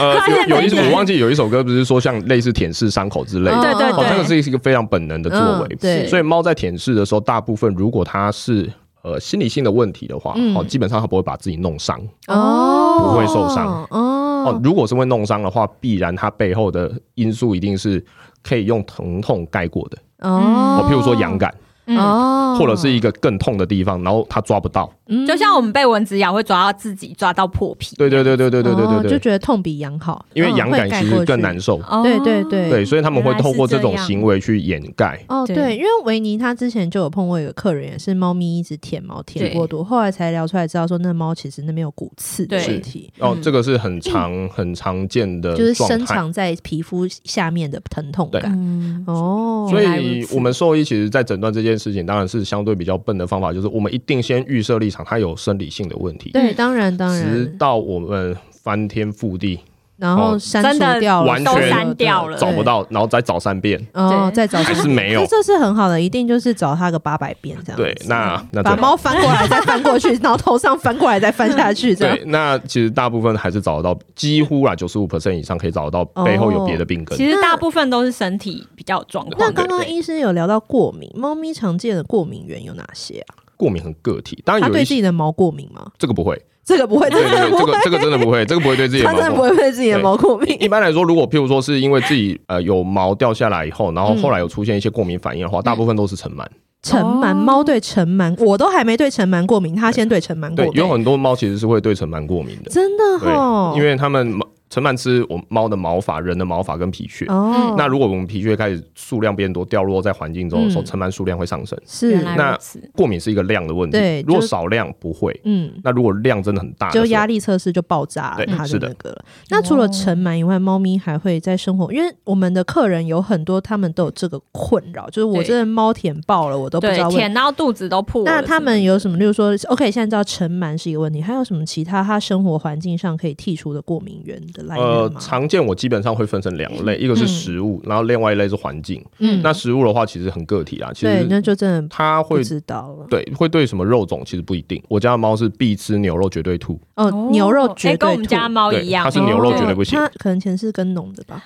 Speaker 3: 呃，有有一 首
Speaker 2: 对
Speaker 3: 我忘记有一首歌，不是说像类似舔舐伤口之类的，
Speaker 2: 对对
Speaker 3: 哦，
Speaker 2: 对
Speaker 3: 这个是一个非常本能的作为
Speaker 1: 嗯。对
Speaker 3: 所以猫在舔舐的时候，大部分如果它是呃心理性的问题的话，
Speaker 1: 嗯
Speaker 3: 哦，基本上它不会把自己弄伤。
Speaker 2: 哦
Speaker 3: 不会受伤
Speaker 1: 哦，
Speaker 3: 哦，如果是会弄伤的话，必然它背后的因素一定是可以用疼痛盖过的。
Speaker 1: 哦
Speaker 3: 哦，譬如说痒感，
Speaker 2: 嗯，
Speaker 1: 哦，
Speaker 3: 或者是一个更痛的地方，然后它抓不到。
Speaker 1: 嗯
Speaker 2: 就像我们被蚊子咬会抓到自己抓到破皮，
Speaker 3: 对对对对对对对
Speaker 1: 哦
Speaker 3: 对
Speaker 1: 就
Speaker 3: 对，
Speaker 1: 觉得痛比痒好，
Speaker 3: 因为
Speaker 1: 嗯
Speaker 3: 痒感其实更。
Speaker 1: 会盖过
Speaker 3: 难
Speaker 1: 去
Speaker 3: 受。
Speaker 2: 哦
Speaker 1: 对对对
Speaker 3: 对，所以他们会
Speaker 2: 原来是
Speaker 3: 透过这种
Speaker 2: 这样
Speaker 3: 行为去掩盖。
Speaker 1: 哦，
Speaker 2: 对
Speaker 1: 对，因为维尼他之前就有碰过一个客人，也是猫咪一直舔毛舔
Speaker 2: 对
Speaker 1: 过度，后来才聊出来知道说那猫其实那边有骨刺的
Speaker 2: 对
Speaker 1: 问题，
Speaker 3: 哦，
Speaker 2: 嗯
Speaker 3: 这个是很常很常见的
Speaker 1: 就是
Speaker 3: 状
Speaker 1: 深
Speaker 3: 态。
Speaker 1: 藏在皮肤下面的疼痛感。
Speaker 2: 嗯，
Speaker 1: 哦，
Speaker 3: 所
Speaker 2: 原来如
Speaker 3: 以，
Speaker 2: 此
Speaker 3: 我们兽医其实，在诊断这件事情，当然是相对比较笨的方法，就是我们一定先预设立场，它有生理性的问题，
Speaker 1: 对，当然当
Speaker 3: 直
Speaker 1: 然，
Speaker 3: 到我们翻天覆地
Speaker 1: 然后
Speaker 3: 哦
Speaker 1: 删
Speaker 2: 真的
Speaker 1: 除掉了，
Speaker 3: 完全
Speaker 1: 对
Speaker 2: 删掉了
Speaker 1: 对
Speaker 3: 找不到，然后再找三 遍，
Speaker 1: 哦，
Speaker 2: 对
Speaker 1: 再找
Speaker 3: 还是没有
Speaker 1: 这。这是很好的，一定就是找他个八百遍这样子。
Speaker 3: 对，那那
Speaker 1: 把
Speaker 3: 怎么
Speaker 1: 猫翻过来再翻过去，然后头上翻过来再翻下去，这样
Speaker 3: 对，那其实大部分还是找得到，几乎啦，九十五 percent 以上可以找得到背后有别的病根。
Speaker 2: 其实大部分都是身体比较有状
Speaker 1: 那
Speaker 2: 况，
Speaker 1: 刚刚
Speaker 3: 对对
Speaker 1: 医师有聊到过敏，猫咪常见的过敏源有哪些啊？
Speaker 3: 过敏很个体，当
Speaker 1: 它
Speaker 3: 然啊有
Speaker 1: 对
Speaker 3: 一
Speaker 1: 自
Speaker 3: 些
Speaker 1: 己的毛过敏吗？
Speaker 3: 这个不会，
Speaker 1: 这个不会，这
Speaker 3: 对
Speaker 1: 个
Speaker 3: 对对，
Speaker 1: 不
Speaker 3: 这
Speaker 1: 会
Speaker 3: 个，这个真的不会，这个不会对自己的
Speaker 1: 它
Speaker 3: 毛
Speaker 1: 真的
Speaker 3: 孔
Speaker 1: 不会对自己的
Speaker 3: 对
Speaker 1: 毛过
Speaker 3: 一
Speaker 1: 敏。
Speaker 3: 般来说，如果譬如说是因为自己呃有毛掉下来以后，然后后来
Speaker 1: 嗯
Speaker 3: 有出现一些过敏反应的话，大部分都是尘螨。
Speaker 1: 尘螨，猫对尘螨，我都还没对尘螨过敏，它先对尘螨
Speaker 3: 对
Speaker 1: 过，
Speaker 3: 有
Speaker 1: 敏，
Speaker 3: 很多猫其实是会对尘螨过敏的，
Speaker 1: 真的哦哈
Speaker 3: 对，，因为它们毛尘螨吃我猫的毛发、人的毛发跟皮屑。
Speaker 1: 哦，
Speaker 3: 那如果我们皮屑开始数量变多，掉落在环境中的时候，
Speaker 1: 嗯
Speaker 3: 尘螨数量会上升。
Speaker 1: 是
Speaker 2: 原来
Speaker 3: 那
Speaker 2: 如此。
Speaker 3: 过敏是一个量的问题，
Speaker 1: 对
Speaker 3: 如果
Speaker 1: 就
Speaker 3: 少量不会，
Speaker 1: 嗯。
Speaker 3: 那如果量真的很大的时候，
Speaker 1: 就压力测试就爆炸
Speaker 3: 对
Speaker 1: 它
Speaker 3: 是
Speaker 1: 的
Speaker 3: 的
Speaker 1: 那个了。那除了尘螨以外，猫咪还会在生活，因为我们的客人有很多，他们都有这个困扰，就是我
Speaker 2: 对
Speaker 1: 真的猫舔爆了，我都不知
Speaker 2: 对
Speaker 1: 道，为
Speaker 2: 舔到肚子都破了。
Speaker 1: 那他们有什么？例如说，OK，现在知道尘螨是一个问题，还有什么其他他生活环境上可以剔除的过敏源的来
Speaker 3: 呃
Speaker 1: 源，吗？
Speaker 3: 常见我基本上会分成两类，一个是
Speaker 1: 嗯
Speaker 3: 食物，然后另外一类是环境。
Speaker 1: 嗯
Speaker 3: 那食物的话，其实很个体啦，其
Speaker 1: 对，
Speaker 3: 实
Speaker 1: 那就真的
Speaker 3: 它
Speaker 1: 不
Speaker 3: 会
Speaker 1: 知道了。
Speaker 3: 对会对什么肉种其实不一定。我家的猫是必吃牛肉绝对 吐，
Speaker 1: 哦，牛肉绝
Speaker 2: 哎
Speaker 1: 对
Speaker 2: 跟我们
Speaker 1: 吐
Speaker 2: 家猫一样，哦
Speaker 3: 对它是牛肉
Speaker 2: 对
Speaker 3: 绝对不行
Speaker 1: 它可能前世跟农的吧。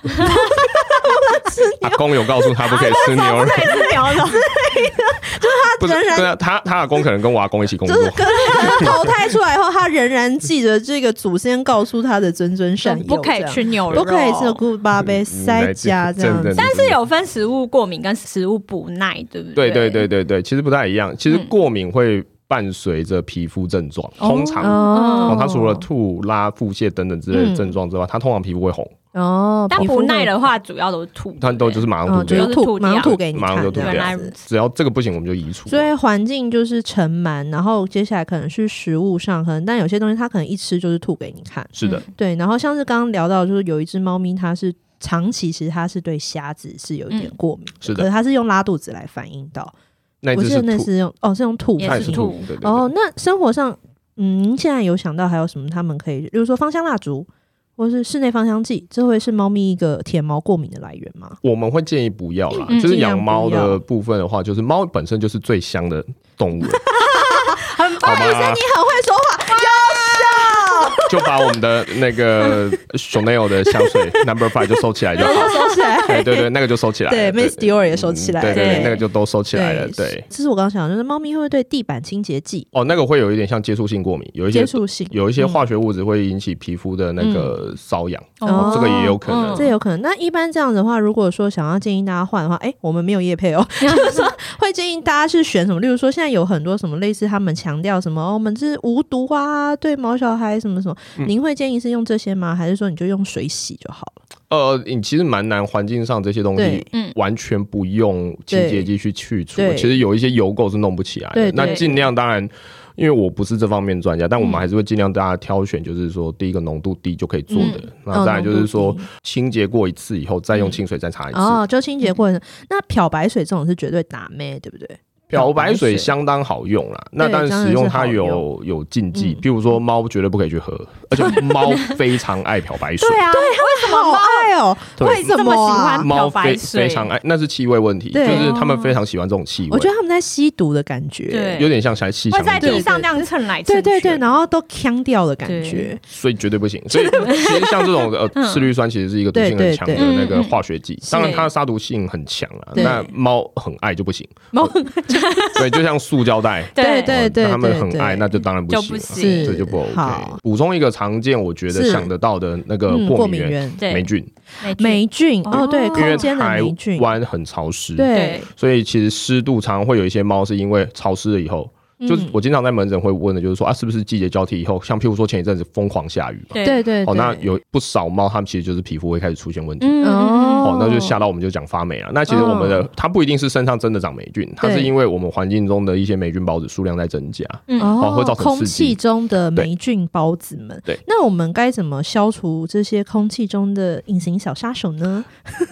Speaker 3: 阿公有告诉他不可以吃牛肉，
Speaker 2: 对是牛肉，
Speaker 3: 不是
Speaker 1: 仍然
Speaker 3: 对啊，他他阿公可能跟我阿公一起工
Speaker 1: 就
Speaker 3: 作，嗯
Speaker 1: 是跟跟投胎出来后，它仍然记着这个祖先告诉他的谆谆善诱，
Speaker 2: 不可以
Speaker 1: 这样
Speaker 2: 吃牛肉，哦
Speaker 1: 不可以吃 good 巴杯塞加这样
Speaker 3: 嗯真的
Speaker 1: 子。
Speaker 2: 但是有分食物过敏跟食物不耐，对不
Speaker 3: 对对
Speaker 1: 哦
Speaker 2: 对
Speaker 3: 对对对，其实不太一样。其实
Speaker 2: 嗯
Speaker 3: 过敏会伴随着皮肤症状，
Speaker 2: 哦
Speaker 3: 通常。
Speaker 1: 哦嗯
Speaker 3: 哦，它除了吐、拉、腹泻等等之类的症状之外，它通常皮肤会红，
Speaker 1: 哦，
Speaker 2: 但
Speaker 1: 皮肤
Speaker 2: 不耐
Speaker 1: 会
Speaker 2: 的话，主要都是吐，
Speaker 3: 它都就是啊是马上
Speaker 1: 哦，
Speaker 3: 吐
Speaker 1: 就
Speaker 3: 掉
Speaker 1: 是。
Speaker 2: 就是
Speaker 1: 吐，
Speaker 2: 吐
Speaker 1: 马上
Speaker 2: 掉
Speaker 1: 吐给你
Speaker 3: 马上
Speaker 1: 看
Speaker 3: 就
Speaker 1: 这
Speaker 3: 吐
Speaker 1: 样
Speaker 3: 掉
Speaker 2: 原
Speaker 1: 子。
Speaker 2: 来如此。
Speaker 3: 只要这个不行，我们就移除。
Speaker 1: 所以嗯环境就是尘螨，然后接下来可能是食物上，可能但有些东西它可能一吃就是吐给你看。
Speaker 3: 是的，
Speaker 1: 对，然后像是刚刚聊到，就是有一只猫咪，它是长期其实它是对虾子是有一
Speaker 2: 嗯
Speaker 1: 点过敏的，
Speaker 3: 是
Speaker 1: 可
Speaker 3: 的
Speaker 1: 是它是用拉肚子来反映到。
Speaker 3: 那一
Speaker 1: 我
Speaker 3: 只
Speaker 1: 记得
Speaker 3: 是
Speaker 1: 那
Speaker 3: 吐，
Speaker 1: 是用哦是用吐
Speaker 2: 也
Speaker 3: 它
Speaker 1: 才
Speaker 3: 也是
Speaker 2: 是
Speaker 3: 吐
Speaker 2: 吐。
Speaker 3: 对对对
Speaker 1: 哦，那生活上，嗯，您现在有想到还有什么他们可以，比如说芳香蜡烛或是室内芳香剂，这会是猫咪一个舔毛过敏的来源吗？
Speaker 3: 我们会建议不要啦，
Speaker 2: 嗯
Speaker 3: 就是
Speaker 1: 尽量
Speaker 3: 养猫
Speaker 1: 不要
Speaker 3: 的部分的话，就是猫本身就是最香的动物 了，
Speaker 1: 很
Speaker 3: 好吧？
Speaker 1: 你很会说话，优秀。
Speaker 3: 就把我们的 那个 Chanel 的香水 Number Five 就收起来就好，
Speaker 1: 收 起 来。
Speaker 3: 对对对，那个就收起来，
Speaker 1: 对，Miss Dior 也收起来
Speaker 3: 对对
Speaker 2: 对
Speaker 3: 对，那个就都收 起来了，对。
Speaker 1: 这是我刚刚想的，就是猫咪会不会对地板清洁剂
Speaker 3: 哦，那个会有一点像接触性过敏，有一些
Speaker 1: 接触性？嗯
Speaker 3: 有一些化学物质会引起皮肤的那个瘙痒，
Speaker 1: 哦
Speaker 3: 这个也有可能
Speaker 1: 这有可能。那一般这样子的话，如果说想要建议大家换的话，哎、我们没有叶配哦， 就是会建议大家去选什么？例如说，现在有很多什么类似他们强调什么、哦我们是无毒啊，对毛小孩什么什么，
Speaker 3: 嗯
Speaker 1: 您会建议是用这些吗？还是说你就用水洗就好了？
Speaker 3: 呃，你其实蛮难，环境上这些东
Speaker 1: 对
Speaker 3: 西
Speaker 2: 嗯
Speaker 3: 完全不用清洁剂去去除
Speaker 1: 对，对
Speaker 3: 其实有一些油垢是弄不起来
Speaker 1: 对
Speaker 3: 的。
Speaker 1: 对嗯
Speaker 3: 那尽量当然。因为我不是这方面专家，但我们还是会尽量大家挑选，就是说第一个浓度低就可以做的，那再来就是说
Speaker 1: 嗯
Speaker 3: 清洁过一次以后再用清水再擦一次。
Speaker 1: 哦，就清洁过程。
Speaker 3: 嗯
Speaker 1: 那漂白水这种是绝对打咩，对不对？
Speaker 3: 漂白水相当好用啦，那但使用它有有禁忌，
Speaker 1: 嗯
Speaker 3: 譬如说猫绝对不可 以去喝，而且猫非常爱漂白水，
Speaker 2: 啊，
Speaker 1: 为什么好爱哦？
Speaker 3: 对
Speaker 1: 为什
Speaker 2: 这么喜
Speaker 1: 啊
Speaker 2: 欢
Speaker 3: 猫
Speaker 2: 漂白
Speaker 3: 非
Speaker 2: 水
Speaker 3: 非常爱，那是气味问题，就
Speaker 1: 对
Speaker 3: 是它们非常喜欢这种气
Speaker 1: 我
Speaker 3: 味
Speaker 1: 觉，得他们在吸毒的感觉，
Speaker 2: 对
Speaker 3: 有点像才气
Speaker 2: 会
Speaker 3: 枪
Speaker 2: 在
Speaker 3: 这
Speaker 2: 地
Speaker 3: 样，
Speaker 2: 上那样蹭来蹭
Speaker 1: 对
Speaker 2: 去，
Speaker 1: 对对，然后都腔掉的感觉，
Speaker 3: 所以绝对不行。所以其实像这种
Speaker 2: 嗯
Speaker 3: 呃次氯酸其实是一个毒性
Speaker 1: 对对
Speaker 3: 很强的
Speaker 1: 对
Speaker 3: 那个化学剂
Speaker 1: 嗯，
Speaker 3: 当然它的杀毒性很强啊，
Speaker 1: 对
Speaker 3: 那猫很爱就不行，
Speaker 1: 猫
Speaker 3: 对，就像塑胶袋，哦
Speaker 1: 对 对对
Speaker 3: 那他们
Speaker 1: 对
Speaker 3: 很
Speaker 1: 对
Speaker 3: 爱，那就当然不
Speaker 2: 就
Speaker 3: 行
Speaker 2: 不
Speaker 3: 了，
Speaker 2: 行
Speaker 3: 这就不 OK
Speaker 1: 好。
Speaker 3: 补充一个常见，我觉得
Speaker 1: 是
Speaker 3: 想得到的那个
Speaker 1: 嗯，
Speaker 3: 过
Speaker 1: 敏
Speaker 3: 源
Speaker 1: 源。
Speaker 2: 对
Speaker 3: 霉菌，
Speaker 1: 霉菌
Speaker 2: 哦
Speaker 1: 哦，对，
Speaker 3: 因为
Speaker 1: 空间的
Speaker 3: 台
Speaker 1: 霉菌，
Speaker 3: 湾很潮湿，
Speaker 1: 对
Speaker 2: 对，
Speaker 3: 所以其实湿度常常会有一些猫是因为潮湿了以后，就是
Speaker 1: 嗯
Speaker 3: 我经常在门诊会问的，就是说啊，是不是季节交替以后，像譬如说前一阵子疯狂下雨嘛，
Speaker 2: 对
Speaker 1: 对对，
Speaker 3: 哦，那
Speaker 1: 对
Speaker 3: 有不少猫它们其实就是皮肤会开始出现问题。
Speaker 2: 嗯
Speaker 1: 哦
Speaker 3: 哦，那就下到我们就讲发霉了。啊那其实我们的、它不一定是身上真的长霉菌，它是
Speaker 1: 对
Speaker 3: 因为我们环境中的一些霉菌孢子数量在增加。
Speaker 2: 嗯
Speaker 1: 哦，
Speaker 3: 会造成
Speaker 1: 空
Speaker 3: 刺激
Speaker 1: 气中的霉菌孢子们。
Speaker 3: 对，
Speaker 1: 那我们该怎么消除这些空气中的隐形小杀手 呢？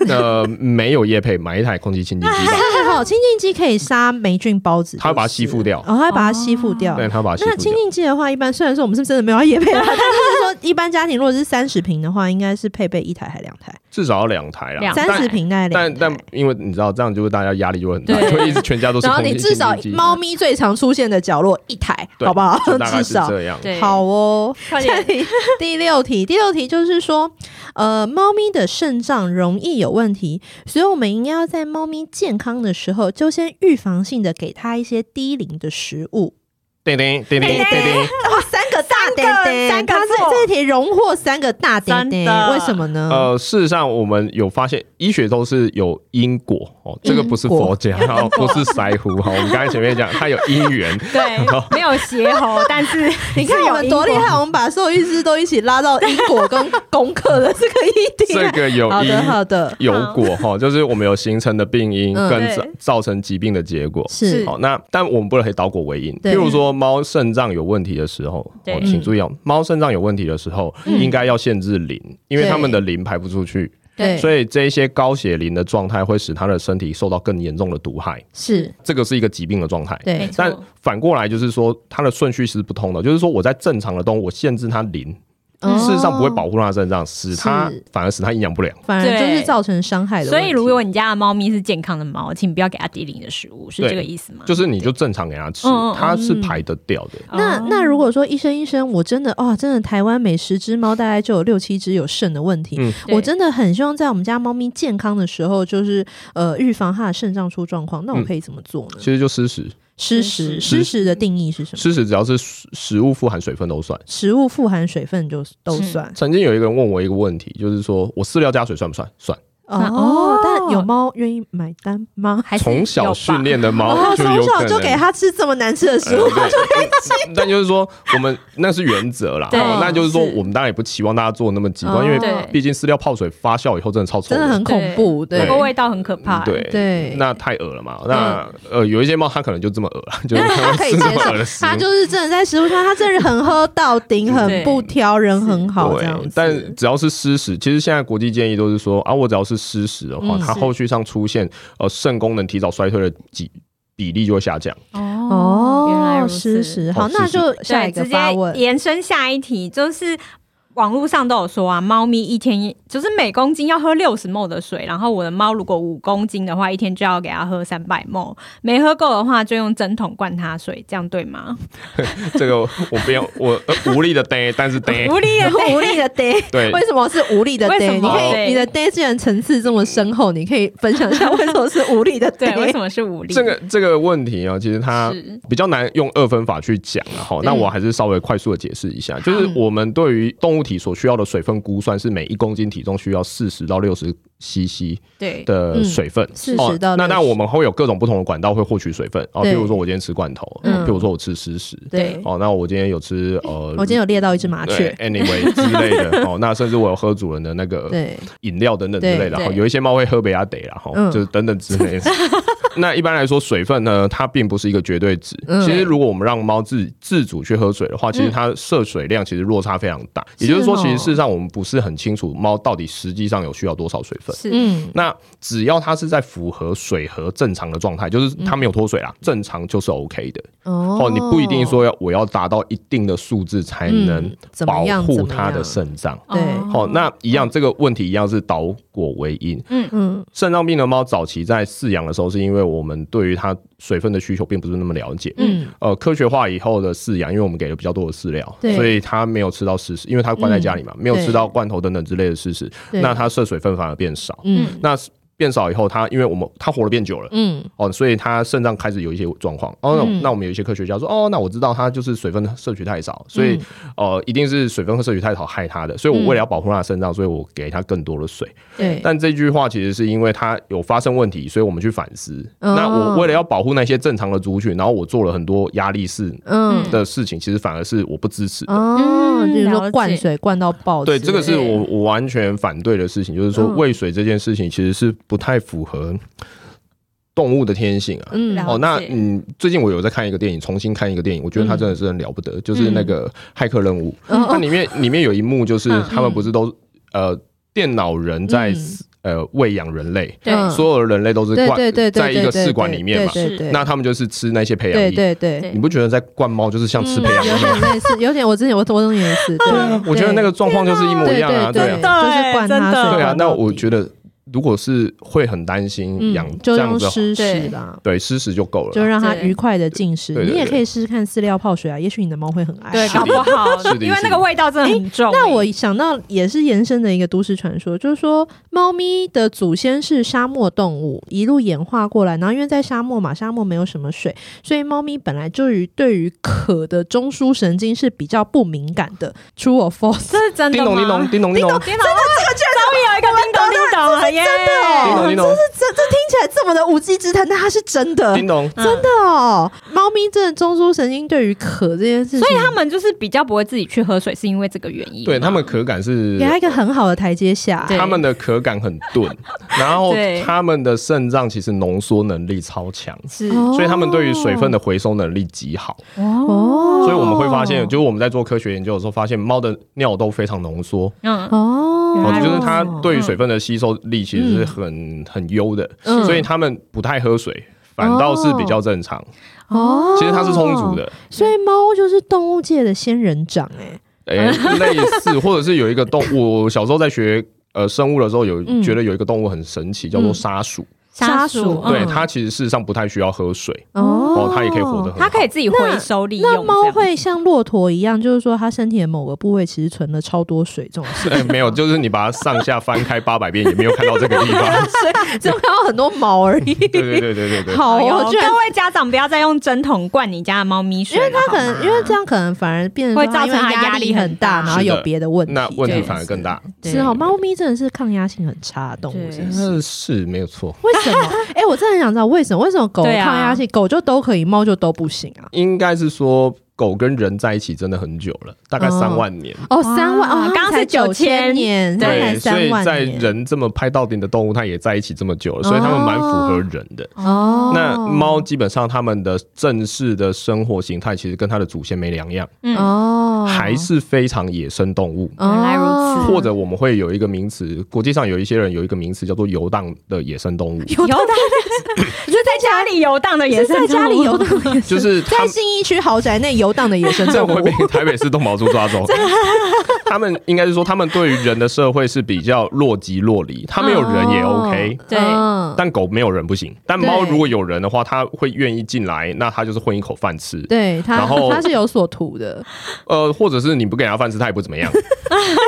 Speaker 3: 那没有叶配，买一台空气清净机 吧，
Speaker 1: 对哦，清净机可以杀霉菌孢子，
Speaker 3: 它会把它吸附
Speaker 1: 就是
Speaker 3: 掉
Speaker 1: 哦，它会把它吸附掉。
Speaker 3: 对，它把它吸
Speaker 1: 那
Speaker 3: 附
Speaker 1: 清
Speaker 3: 掉。
Speaker 1: 净机的话，一般虽然说我们是真的没有要野配啦，啊 但是说一般家庭如果是三十平的话，应该是配备一台还两台，
Speaker 3: 至少要两台啦。
Speaker 2: 两台
Speaker 1: 三十平大概两
Speaker 3: 啊但
Speaker 1: 台。
Speaker 3: 但因为你知道，这样就会大家压力就会很大，
Speaker 2: 对
Speaker 3: 就一直全家都是
Speaker 1: 然后
Speaker 3: 空
Speaker 1: 你
Speaker 3: 气清
Speaker 1: 至少
Speaker 3: 净机。
Speaker 1: 猫咪最常出现的角落一台，
Speaker 3: 对
Speaker 1: 好不好
Speaker 3: 就？大概
Speaker 1: 至
Speaker 3: 是
Speaker 1: 少
Speaker 3: 这样。
Speaker 2: 对
Speaker 1: 好哦，
Speaker 2: 快
Speaker 1: 这
Speaker 2: 点
Speaker 1: 里第六题，第六题就是说，呃，猫咪的肾脏容易有问题，所以我们应该要在猫咪健康的时候，就先预防性的给它一些低龄的食物。
Speaker 3: 叮叮叮叮叮叮，
Speaker 1: 哦，三个大点点，
Speaker 2: 三个
Speaker 1: 它
Speaker 2: 错
Speaker 1: 这这一题荣获三个大点点
Speaker 2: 真，的
Speaker 1: 为什么呢？
Speaker 3: 呃，事实上我们有发现，医学都是有因果哦，这个不是佛 家，然后不是腮胡哦哈。我们刚才前面讲，它有因缘，
Speaker 2: 对， 没有邪猴，但是
Speaker 1: 你看我们多厉害，我们把所有医师都一起拉到因果跟功课的这个议题
Speaker 3: 这
Speaker 1: 来。
Speaker 3: 个有
Speaker 1: 好
Speaker 3: 因
Speaker 1: 的，好的，
Speaker 3: 有果哈，就是我们有形成的病因
Speaker 1: 嗯
Speaker 3: 跟
Speaker 2: 对
Speaker 3: 造造成疾病的结果。
Speaker 1: 是
Speaker 2: 是
Speaker 3: 好，那但我们不能以导果为因。
Speaker 1: 对
Speaker 3: 譬如说，猫肾脏有问题的时候，
Speaker 2: 对
Speaker 3: 哦，请注意哦，猫肾脏有问题的时候，
Speaker 1: 嗯
Speaker 3: 应该要限制磷，因为它们的磷排不出去，
Speaker 1: 对，
Speaker 3: 所以这一些高血磷的状态会使它的身体受到更严重的毒害，
Speaker 1: 是，
Speaker 3: 这个是一个疾病的状态。
Speaker 2: 没
Speaker 1: 对，
Speaker 2: 错
Speaker 3: 但反过来就是说，它的顺序是不通的。就是说，我在正常的动物，我限制它磷，
Speaker 1: 哦
Speaker 3: 事实上不会保护它的肾脏，使它
Speaker 1: 是嗯
Speaker 3: 反而使它营养不良。
Speaker 1: 反而就是
Speaker 2: 对
Speaker 1: 造成伤害的
Speaker 2: 所
Speaker 1: 问题。
Speaker 2: 以，如果你家的猫咪是健康的猫，请不要给它低龄的食物，是
Speaker 3: 对
Speaker 2: 这个意思吗？
Speaker 3: 就是你就正常给它吃
Speaker 2: 嗯嗯嗯，
Speaker 3: 它是排得掉的。
Speaker 1: 那
Speaker 2: 哦
Speaker 1: 那如果说医生医生，我真的哇、真的台湾每十只猫大概就有六七只有肾的问题。
Speaker 3: 嗯
Speaker 1: 我
Speaker 2: 对
Speaker 1: 真的很希望在我们家猫咪健康的时候，就是呃预防它的肾脏出状况。那我
Speaker 3: 嗯
Speaker 1: 可以怎么做呢？
Speaker 3: 其实就湿食，
Speaker 1: 湿
Speaker 2: 湿
Speaker 1: 食，
Speaker 3: 食
Speaker 1: 湿食的定义是什么？
Speaker 3: 湿食只要是食食物富含水分都算。
Speaker 1: 食物富含水分就都
Speaker 2: 是
Speaker 1: 算。
Speaker 3: 曾经有一个人问我一个问题，就是说我饲料加水算不算？算。
Speaker 2: 那
Speaker 1: 哦
Speaker 2: 哦，
Speaker 1: 但有猫愿意买单 吗？
Speaker 2: 还是
Speaker 3: 从小
Speaker 2: 有吧
Speaker 3: 训练的猫
Speaker 1: 哦，
Speaker 3: 就
Speaker 1: 从
Speaker 3: 有可
Speaker 1: 小
Speaker 3: 能。
Speaker 1: 就给它吃这么难吃的食
Speaker 3: 呃
Speaker 1: 物，
Speaker 3: 对但就是说，我们那是原则啦。
Speaker 2: 对
Speaker 3: 哦那就是说，
Speaker 2: 是
Speaker 3: 我们当然也不期望大家做那么极端，因为
Speaker 2: 哦对
Speaker 3: 毕竟饲料泡水发酵以后真的超臭
Speaker 1: 哦真的很恐怖。
Speaker 3: 对
Speaker 1: 对
Speaker 2: 那个味道很可怕。
Speaker 3: 嗯对
Speaker 1: 嗯对嗯
Speaker 3: 那太恶了嘛。那呃，有一些猫它可能就这么恶了，就是它
Speaker 1: 可
Speaker 3: 会
Speaker 1: 以
Speaker 3: 吃
Speaker 1: 接
Speaker 3: 这么
Speaker 1: 受
Speaker 3: 恶的，食
Speaker 1: 他
Speaker 3: 物。
Speaker 1: 就是真的在食物上，他真的很喝 到顶，很不挑，人很好这样
Speaker 3: 对
Speaker 1: 子，。
Speaker 3: 但只要是湿食，其实现在国际建议都是说啊，我只要是湿食的话，
Speaker 1: 嗯
Speaker 3: 它
Speaker 2: 是
Speaker 3: 后续上出现呃肾功能提早衰退的几比例就会 下降。
Speaker 2: 哦原来如此。
Speaker 1: 事实好，
Speaker 3: 哦
Speaker 1: 那
Speaker 3: 是是
Speaker 1: 就
Speaker 2: 对
Speaker 1: 下一个
Speaker 2: 直
Speaker 1: 发
Speaker 2: 接
Speaker 1: 问，
Speaker 2: 延伸下一题，就是网络上都有说啊，猫咪一天就是每公斤要喝六十 ml 的水，然后我的猫如果五公斤的话，一天就要给它喝三百 ml，没喝够的话就用针筒灌它水，这样对吗？
Speaker 3: 这个我不要，我呃无力的 呆，但是呆，
Speaker 2: 无力的啊
Speaker 1: 无力的 day，
Speaker 3: 对，哦
Speaker 1: 为什么是无力的
Speaker 2: 为
Speaker 1: day？
Speaker 2: 什
Speaker 1: 你
Speaker 2: 么
Speaker 1: 可
Speaker 2: 对
Speaker 1: 以，你的 day 既然层次这么深厚，你可以分享一下为什么是无力的
Speaker 2: 对，为
Speaker 1: day？
Speaker 2: 什么是无力？
Speaker 3: 这个这个问题啊，其实它
Speaker 2: 是
Speaker 3: 比较难用二分法去讲啊，哈。
Speaker 1: 嗯
Speaker 3: 那我还是稍微快速的解释一下，就是我们对于动物体所需要的水分估算是每一公斤体重需要四十到六十 CC
Speaker 2: 对
Speaker 3: 的水分，
Speaker 1: 40
Speaker 3: 哦
Speaker 1: 嗯到
Speaker 3: 那那
Speaker 1: 60
Speaker 3: 我们会有各种不同的管道会获取水分哦，比
Speaker 1: 对
Speaker 3: 如说我今天吃罐头，
Speaker 1: 嗯
Speaker 3: 比如说我吃湿食，
Speaker 1: 对，
Speaker 3: 哦，那我今天有吃呃，
Speaker 1: 我今天有猎到一只麻
Speaker 3: 对
Speaker 1: 雀，
Speaker 3: anyway 之类 的哦，那甚至我有喝主人的那个
Speaker 1: 对，
Speaker 3: 饮料等等之类
Speaker 1: 对
Speaker 3: 的，哈，
Speaker 2: 对
Speaker 3: 有一些猫会喝北亚得啦，哈、
Speaker 1: 嗯
Speaker 3: 就是等等之类 的。那一般来说，水分呢，它并不是一个绝对值。
Speaker 1: 嗯
Speaker 3: 其实，如果我们让猫自自主去喝水的话，其实它摄水量其实落差非常大。也就是说，
Speaker 1: 是哦
Speaker 3: 其实事实上我们不是很清楚猫到底实际上有需要多少水分。
Speaker 2: 是
Speaker 1: 嗯，
Speaker 3: 那只要它是在符合水和正常的状态，就是它没有脱水啦，正常就是 OK 的。
Speaker 1: 嗯哦
Speaker 3: 哦，你不一定说要我要达到一定的数字才能
Speaker 1: 嗯怎么
Speaker 3: 保
Speaker 1: 样
Speaker 3: 护
Speaker 1: 怎么
Speaker 3: 它
Speaker 1: 样哦
Speaker 3: 的肾脏。
Speaker 1: 对
Speaker 2: 哦
Speaker 3: 好、那一样，这个问题一样是导果为因。
Speaker 1: 嗯
Speaker 3: 肾脏病的猫早期在饲养的时候，是因为我们对于它水分的需求并不是那么了解。
Speaker 1: 嗯
Speaker 3: 呃，科学化以后的饲养，因为我们给了比较多的饲料，
Speaker 1: 对嗯
Speaker 3: 所以它没有吃到湿食，因为它关在家里嘛，没有
Speaker 1: 对
Speaker 3: 吃到罐头等等之类的湿食，
Speaker 1: 对
Speaker 3: 那它摄水分反而变少。
Speaker 1: 嗯
Speaker 3: 那变少以后，它因为我们它活得变久了。
Speaker 1: 嗯，
Speaker 3: 哦，所以它肾脏开始有一些状况。哦，那我
Speaker 1: 嗯
Speaker 3: 那我们有一些科学家说，哦，那我知道它就是水分摄取太少，所
Speaker 1: 嗯
Speaker 3: 以、呃，一定是水分和摄取太少害它的。所以我为了要保护它的肾脏，所以我给它更多的水。
Speaker 1: 对，
Speaker 3: 但这句话其实是因为它有发生问题，所以我们去反思。
Speaker 1: 哦
Speaker 3: 那我为了要保护那些正常的族群，然后我做了很多压力式
Speaker 1: 嗯，
Speaker 3: 的事情，其实反而是我不支持的。
Speaker 1: 哦，
Speaker 2: 嗯
Speaker 1: 就是
Speaker 2: 了
Speaker 1: 说
Speaker 2: 解
Speaker 1: 灌水灌到爆哦之
Speaker 3: 对，
Speaker 1: 类的，
Speaker 3: 这个是我我完全反对的事情，就是说
Speaker 1: 嗯
Speaker 3: 喂水这件事情其实是不太符合动物的天性啊。
Speaker 1: 嗯
Speaker 2: 了
Speaker 3: 哦，那
Speaker 2: 解
Speaker 3: 嗯，最近我有在看一个电影，重新看一个电影，我觉得它真的是很了不得，就是那个《骇客任务》
Speaker 1: 嗯
Speaker 3: 它里面里面有一幕就是
Speaker 2: 嗯
Speaker 3: 他们不是都呃电脑人在
Speaker 1: 嗯
Speaker 3: 饲、呃喂养人类，
Speaker 2: 对
Speaker 1: 嗯
Speaker 3: 所有人类都是
Speaker 1: 对
Speaker 3: 灌
Speaker 1: 对对对，
Speaker 3: 在一个
Speaker 1: 对对
Speaker 3: 试管
Speaker 1: 对
Speaker 3: 里面嘛，
Speaker 1: 对对
Speaker 2: 是
Speaker 1: 对，
Speaker 3: 那他们就是吃那些培养
Speaker 1: 对
Speaker 3: 液。
Speaker 1: 对嗯对，
Speaker 2: 对
Speaker 3: 你不觉得在灌猫就是像吃培养液
Speaker 1: 有
Speaker 3: 吗？
Speaker 1: 点类似，有点我之前我我中也是，对 啊
Speaker 3: 我觉得那个状况就是一模一样啊，
Speaker 1: 对对
Speaker 3: 对啊
Speaker 1: 对，
Speaker 2: 对啊
Speaker 1: 就是灌
Speaker 2: 真
Speaker 1: 它
Speaker 2: 的
Speaker 1: 水，
Speaker 3: 对啊。那我
Speaker 1: 得
Speaker 3: 觉得如果是会很担心养
Speaker 1: 嗯，就
Speaker 3: 这样
Speaker 1: 用
Speaker 3: 子的话，
Speaker 1: 湿食
Speaker 2: 对
Speaker 1: 啦。
Speaker 3: 对湿食就够
Speaker 1: 就
Speaker 3: 了啊。
Speaker 1: 让它
Speaker 2: 对
Speaker 1: 愉快的进食，
Speaker 3: 对对
Speaker 1: 你也
Speaker 3: 对
Speaker 1: 可以试试看饲料泡水啊，也许你的猫会很爱。
Speaker 2: 对，
Speaker 3: 是
Speaker 2: 搞
Speaker 3: 的
Speaker 2: 不好
Speaker 3: 是的
Speaker 2: 因为
Speaker 3: 是
Speaker 2: 那
Speaker 3: 的
Speaker 2: 个味道真的很重欸。
Speaker 1: 那我想到也是延伸的一个都市传说，就是说猫咪的祖先是沙漠动物，一路演化过来，然后因为在沙漠嘛，沙漠没有什么水，所以猫咪本来就于对于渴的中枢神经是比较不敏感的。True or false？
Speaker 2: 这是真的
Speaker 3: 叮
Speaker 2: 吗？
Speaker 3: 咚叮咚叮咚叮咚，
Speaker 2: 叮咚，这个居然终于有一个叮咚叮咚了耶！哦
Speaker 3: 叮咚叮
Speaker 1: 这
Speaker 3: 咚
Speaker 1: 哦是这这听起来这么的无稽之谈，但它是真的，真
Speaker 3: 叮咚，
Speaker 1: 的哦。猫咪真的中枢神经对于渴这件事情，
Speaker 2: 所以他们就是比较不会自己去喝水，是因为这个原因吗。
Speaker 3: 对他们渴感是
Speaker 1: 给它一个很好的台阶下。
Speaker 2: 对
Speaker 3: 他们的壳感很钝，然后
Speaker 2: 对
Speaker 3: 他们的肾脏其实浓缩能力超强，
Speaker 2: 是
Speaker 1: 哦
Speaker 3: 所以他们对于水分的回收能力极好。
Speaker 1: 哦，
Speaker 3: 所以我们会发现，就是我们在做科学研究的时候，发现猫的尿都非常浓缩，
Speaker 2: 嗯，
Speaker 1: 哦
Speaker 2: 原
Speaker 3: 哦
Speaker 2: 来，
Speaker 3: 就是
Speaker 2: 如
Speaker 3: 它对于水分的吸收力其实是很很优的，
Speaker 1: 嗯
Speaker 3: 所以它们不太喝水。反倒是比较正常，
Speaker 1: 哦，
Speaker 3: 其实它是充足，的，
Speaker 1: 所以猫就是动物界的仙人掌哎、
Speaker 3: 诶、类似或者是有一个动物，我小时候在学呃生物的时候有
Speaker 1: 嗯
Speaker 3: 觉得有一个动物很神奇，叫做沙鼠，
Speaker 1: 沙鼠嗯
Speaker 3: 对它其实事实上不太需要喝 水，
Speaker 1: 哦
Speaker 3: 哦，它也可以活得很好，
Speaker 2: 它可以自己回收利用。
Speaker 1: 那
Speaker 2: 这
Speaker 1: 猫
Speaker 2: 样
Speaker 1: 会像骆驼一样，就是说它身体的某个部位其实存了超多水，这种事
Speaker 3: 哎 没 有，就是你把它上下翻开八百遍也没有看到这个 地方。
Speaker 1: 只有看到很多毛而已。
Speaker 3: 对对对对对对。
Speaker 1: 好
Speaker 2: 哎呦
Speaker 1: 哦，居然
Speaker 2: 各位家长不要再用针筒灌你家的猫咪水
Speaker 1: 因
Speaker 2: 了，
Speaker 1: 为它可
Speaker 2: 好
Speaker 1: 能
Speaker 2: 吗
Speaker 1: 因为这样可能反而变成
Speaker 2: 会
Speaker 1: 说
Speaker 2: 造成
Speaker 1: 它
Speaker 2: 它
Speaker 1: 因为压
Speaker 2: 压
Speaker 1: 力
Speaker 2: 力
Speaker 1: 很
Speaker 2: 很
Speaker 1: 大，
Speaker 2: 大
Speaker 1: 然后有别的问题。
Speaker 3: 那问题
Speaker 2: 对
Speaker 3: 反而更大。
Speaker 2: 对
Speaker 1: 是哦，猫咪真的是抗压性很差的动物，是不是？
Speaker 3: 嗯，是没有错，
Speaker 1: 为什么？ 哎、我真的很想知道为什么？为什么狗抗
Speaker 2: 对啊
Speaker 1: 压性，狗就都可以，猫就都不行啊？
Speaker 3: 应该是说狗跟人在一起真的很久了，大概
Speaker 1: 哦
Speaker 3: 三万年。
Speaker 1: 哦，
Speaker 2: 哇
Speaker 1: 三万哦，
Speaker 2: 刚
Speaker 1: 它
Speaker 2: 刚
Speaker 1: 才
Speaker 2: 是
Speaker 1: 九千
Speaker 2: 9000
Speaker 1: 年，它才
Speaker 3: 对，所
Speaker 1: 三
Speaker 3: 以
Speaker 1: 万
Speaker 3: 在
Speaker 1: 年。
Speaker 3: 人这么拍到顶的动物，它也在一起这么久了，所以它们蛮符合人的。
Speaker 1: 哦，
Speaker 3: 那猫基本上它们的正式的生活形态其实跟它的祖先没两样，
Speaker 2: 嗯，
Speaker 1: 哦，
Speaker 3: 还是非常野生动物。
Speaker 1: 哦
Speaker 2: 原来如此
Speaker 3: 或者我们会有一个名词，国际上有一些人有一个名词叫做游荡的野生 动物，
Speaker 2: 游荡是在家里游荡的，也
Speaker 1: 是在家里游荡，的野生，
Speaker 3: 就是它
Speaker 1: 在
Speaker 3: 们
Speaker 1: 信义区豪宅内游荡的野生
Speaker 3: 这
Speaker 1: 动
Speaker 3: 会被
Speaker 1: 物。
Speaker 3: 台北市动保处抓走。 他们应该是说，他们对于人的社会是比较若即若离，他没有人也 OK，、
Speaker 2: 哦对
Speaker 1: 嗯
Speaker 3: 但狗没有人不行。但
Speaker 1: 对
Speaker 3: 猫如果有人的话，它会愿意进来，那它就是混一口饭吃。
Speaker 1: 对它
Speaker 3: 然后
Speaker 1: 它是有所图的，
Speaker 3: 呃，或者是你不给它饭吃，它也不 怎么样，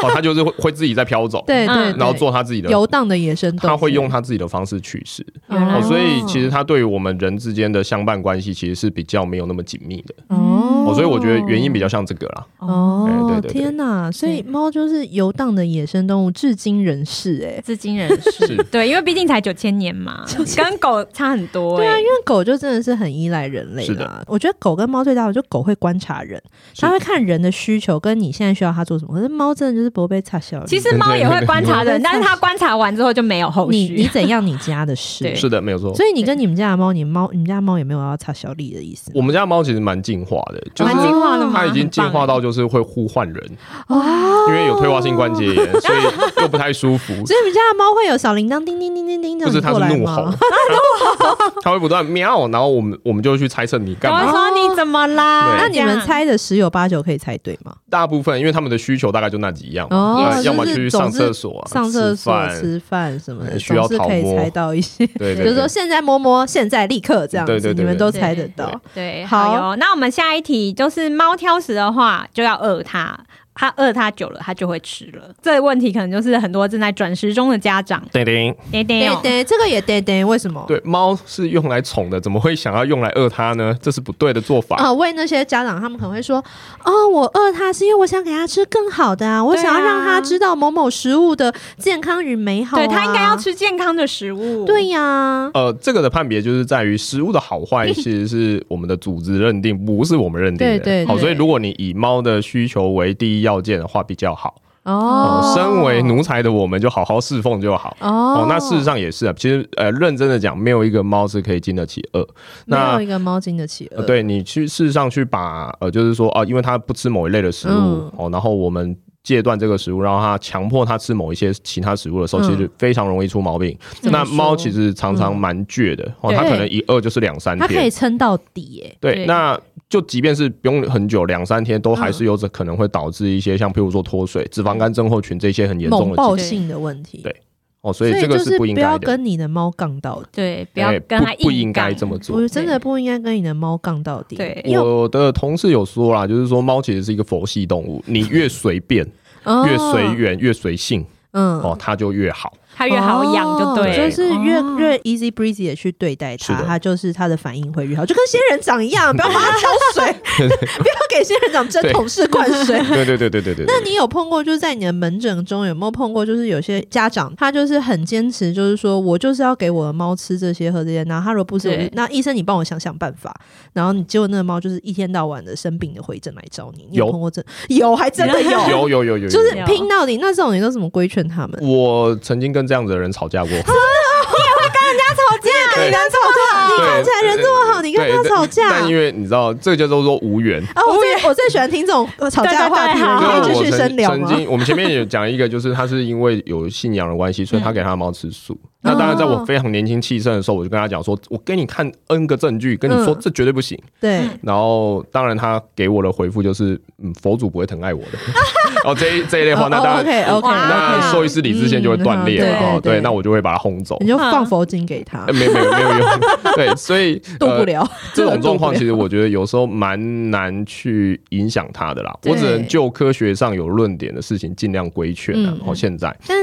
Speaker 3: 哦，它就是会会自己在飘走，
Speaker 1: 对对，
Speaker 2: 嗯
Speaker 1: 对
Speaker 3: 然后做它自己的，
Speaker 1: 游荡的野生动物，
Speaker 3: 它会用它自己的方式取食。
Speaker 2: 原来
Speaker 3: 哦，
Speaker 2: 如此
Speaker 3: 所以其实它对于我们人之间的相伴关系，其实是比较没有那么紧密的。
Speaker 1: 哦
Speaker 3: 哦，所以我觉得原因比较像这个啦。哎
Speaker 1: 哦
Speaker 3: 对对，对
Speaker 1: 天哪！所以猫就是游荡的野生动物，至今人世哎。
Speaker 2: 至今人士，
Speaker 3: 是
Speaker 2: 对，因为毕竟才九千年嘛，跟狗差很多、欸。
Speaker 1: 对啊，因为狗就真的是很依赖人类
Speaker 3: 是
Speaker 1: 啦
Speaker 3: 的。
Speaker 1: 我觉得狗跟猫最大的就狗会观察人，它会看人的需求跟你现在需要它做什么。可是猫真的就是不会被擦小。
Speaker 2: 其实猫也会观察
Speaker 1: 对对
Speaker 2: 人，
Speaker 1: 对
Speaker 2: 但是它观察完之后就没有后
Speaker 1: 你你
Speaker 2: 续。
Speaker 1: 怎样，你家的事
Speaker 2: 对。
Speaker 3: 是的，没有错。
Speaker 1: 所以你跟你们家的猫，你猫你们家的猫也没有要擦小丽的意思
Speaker 3: 我们家的猫其实蛮进化的，就是
Speaker 2: 蛮
Speaker 1: 哦
Speaker 2: 进化的吗？
Speaker 3: 它已经进化到就是会呼唤人，因为有退化性关节 炎，所以又不太舒服。
Speaker 1: 哦所以你们家的猫会有小铃铛叮叮叮叮叮这
Speaker 3: 就
Speaker 1: 样
Speaker 3: 是
Speaker 1: 子
Speaker 3: 它
Speaker 1: 过
Speaker 3: 是
Speaker 1: 来
Speaker 3: 怒吼，
Speaker 1: 吗？
Speaker 3: 它它会不断喵，然后我们我们就会去猜测你干
Speaker 2: 很棒欸，我
Speaker 3: 嘛。
Speaker 2: 会说你怎么啦？
Speaker 3: 对
Speaker 1: 那你们
Speaker 2: 这样
Speaker 1: 猜的十有八九可以猜对吗？
Speaker 3: 大部分因为他们的需求大概就那几样嘛，
Speaker 1: 哦
Speaker 3: 呃
Speaker 1: 就
Speaker 3: 要么
Speaker 1: 是
Speaker 3: 去
Speaker 1: 总
Speaker 3: 上
Speaker 1: 是
Speaker 3: 厕所啊、
Speaker 1: 上厕所、
Speaker 3: 吃
Speaker 1: 吃饭什么的，
Speaker 3: 哎需要
Speaker 1: 总是可以
Speaker 3: 讨摸
Speaker 1: 猜到一些，
Speaker 3: 饭，对
Speaker 1: 比
Speaker 3: 对
Speaker 1: 如
Speaker 3: 对
Speaker 1: 说现在摸摸，现在立刻这样
Speaker 3: 对
Speaker 1: 子，
Speaker 3: 对对
Speaker 1: 你
Speaker 3: 对
Speaker 1: 们都猜得到。
Speaker 2: 对，
Speaker 1: 好
Speaker 2: 好哟。那我们下一题就是猫挑食的话，就要饿它。它饿它久了，它就会吃了。这个问题可能就是很多正在转食中的家长，
Speaker 3: 对对
Speaker 2: 得得
Speaker 1: 对
Speaker 2: 哦，
Speaker 1: 对，这个也对对，为什么？
Speaker 3: 对，猫是用来宠的，怎么会想要用来饿它呢？这是不对的做法。
Speaker 1: 啊、为那些家长，他们可能会说：“哦，我饿它是因为我想给它吃更好的啊，我
Speaker 2: 对啊
Speaker 1: 想要让它知道某某食物的健康与美好、啊。”
Speaker 2: 对它应该要。吃健康的食物。
Speaker 1: 对呀、
Speaker 3: 呃，这个的判别就是在于食物的好 坏，其实是我们的组织认定，不是我们认定的。
Speaker 1: 对对
Speaker 3: 好，
Speaker 1: 对
Speaker 3: 所以如果你以猫的需求为第一要件的话，比较好。
Speaker 1: 哦
Speaker 3: 呃，身为奴才的我们，就好好侍奉就好。
Speaker 1: 哦
Speaker 3: 哦，那事实上也是啊。其实，呃，认真的讲，没有一个猫是可以经得起饿。
Speaker 1: 没
Speaker 3: 那
Speaker 1: 有一个猫经得起饿、
Speaker 3: 呃，对你去事实上去把呃，就是说哦、因为它不吃某一类的食物、
Speaker 1: 嗯
Speaker 3: 哦，然后我们戒断这个食物，让它强迫它吃某一些其他食物的时候，
Speaker 1: 嗯
Speaker 3: 其实非常容易出毛病。
Speaker 1: 怎么
Speaker 3: 那
Speaker 1: 说嗯
Speaker 3: 猫其实常常蛮倔的、哦，它
Speaker 1: 对
Speaker 3: 可能一饿就是两三
Speaker 1: 它可以
Speaker 3: 天。
Speaker 1: 撑到底、欸，
Speaker 3: 对
Speaker 2: 对，
Speaker 3: 那就即便是不用很久，两三天都还
Speaker 1: 嗯
Speaker 3: 是有着可能会导致一些像譬如说脱水、脂肪肝症候群这些很严重
Speaker 1: 猛
Speaker 3: 的
Speaker 1: 爆
Speaker 3: 疾病。
Speaker 1: 性的问题。
Speaker 3: 对哦，所以这个
Speaker 1: 就是
Speaker 3: 不应该
Speaker 1: 要
Speaker 3: 的。
Speaker 1: 跟你的猫杠到底，
Speaker 2: 对，不要
Speaker 3: 哎
Speaker 2: 跟它
Speaker 3: 不不应该
Speaker 2: 杠
Speaker 3: 这么做
Speaker 1: 我。真的不应该跟你的猫杠到底。
Speaker 2: 对
Speaker 1: 因为
Speaker 3: 我的同事有说啦，就是说猫其实是一个佛系动物，你越随便、
Speaker 1: 哦
Speaker 3: 越随缘、越随性
Speaker 1: 嗯
Speaker 3: 哦，它就越好。
Speaker 2: 它越好养就对了，
Speaker 1: 哦就是越
Speaker 2: 哦
Speaker 1: 越 easy breezy 的去对待
Speaker 3: 是
Speaker 1: 它，
Speaker 3: 的
Speaker 1: 它就是它的反应会越好，就跟仙人掌一 样，不要帮它浇水，不要给仙人掌针筒式灌水。
Speaker 3: 对对对对对对
Speaker 1: 那
Speaker 3: 对。
Speaker 1: 你有碰过，就是在你的门诊中有没有碰过，就是有些家长他就是很坚持，就是说我就是要给我的猫吃这些喝这些，然后他如果不吃，我就
Speaker 2: 对
Speaker 1: 那医生你帮我想想办法，然后你结果那个猫就是一天到晚的生病的回诊来找你，你有
Speaker 3: 有
Speaker 1: 碰过这有还真 的有，
Speaker 3: 有有有有有，
Speaker 1: 就是
Speaker 3: 有
Speaker 1: 拼到底那这种你都怎么规劝他们？
Speaker 3: 我曾经跟这样子的人吵架过。
Speaker 1: 那啊你
Speaker 3: 对啊
Speaker 1: 能吵架？你
Speaker 3: 对
Speaker 1: 看起来人这么好，你跟他
Speaker 3: 对
Speaker 1: 吵架？
Speaker 3: 但因为你知道，这个叫做说无缘。
Speaker 1: 啊，我最我最喜欢听这种呃吵架的话题
Speaker 2: 对对啊
Speaker 1: 了，你
Speaker 2: 对
Speaker 1: 可以继
Speaker 3: 就啊是
Speaker 1: 续
Speaker 3: 我
Speaker 1: 深
Speaker 3: 曾
Speaker 1: 聊
Speaker 3: 曾
Speaker 1: 吗？
Speaker 3: 经，我们前面有讲一个，就是他是因为有信仰的关系，所以他给他的猫吃素。那当然，在我非常年轻气盛的时候，我就跟他讲说：“我给你看 N 个证据，跟你说
Speaker 1: 嗯
Speaker 3: 这绝对不行。”
Speaker 1: 对，
Speaker 2: 嗯
Speaker 3: 然后，当然他给我的回复就是，嗯，佛祖不会疼爱我 的。哦，这一这一类话，那当然，
Speaker 1: OK 哦 OK，嗯
Speaker 3: 那兽医师理智线就会断裂了哦。对，那我就会把它轰走
Speaker 1: 你。就放佛经给他
Speaker 3: 呃，没有没有没有用，对，所以
Speaker 1: 渡不
Speaker 3: 呃
Speaker 1: 了
Speaker 3: 这种状况，
Speaker 1: 渡不了
Speaker 3: 其实我觉得有时候蛮难去影响他的啦。
Speaker 1: 对
Speaker 3: 我只能就科学上有论点的事情尽量规劝啊。
Speaker 1: 嗯
Speaker 3: 然后现在
Speaker 1: 但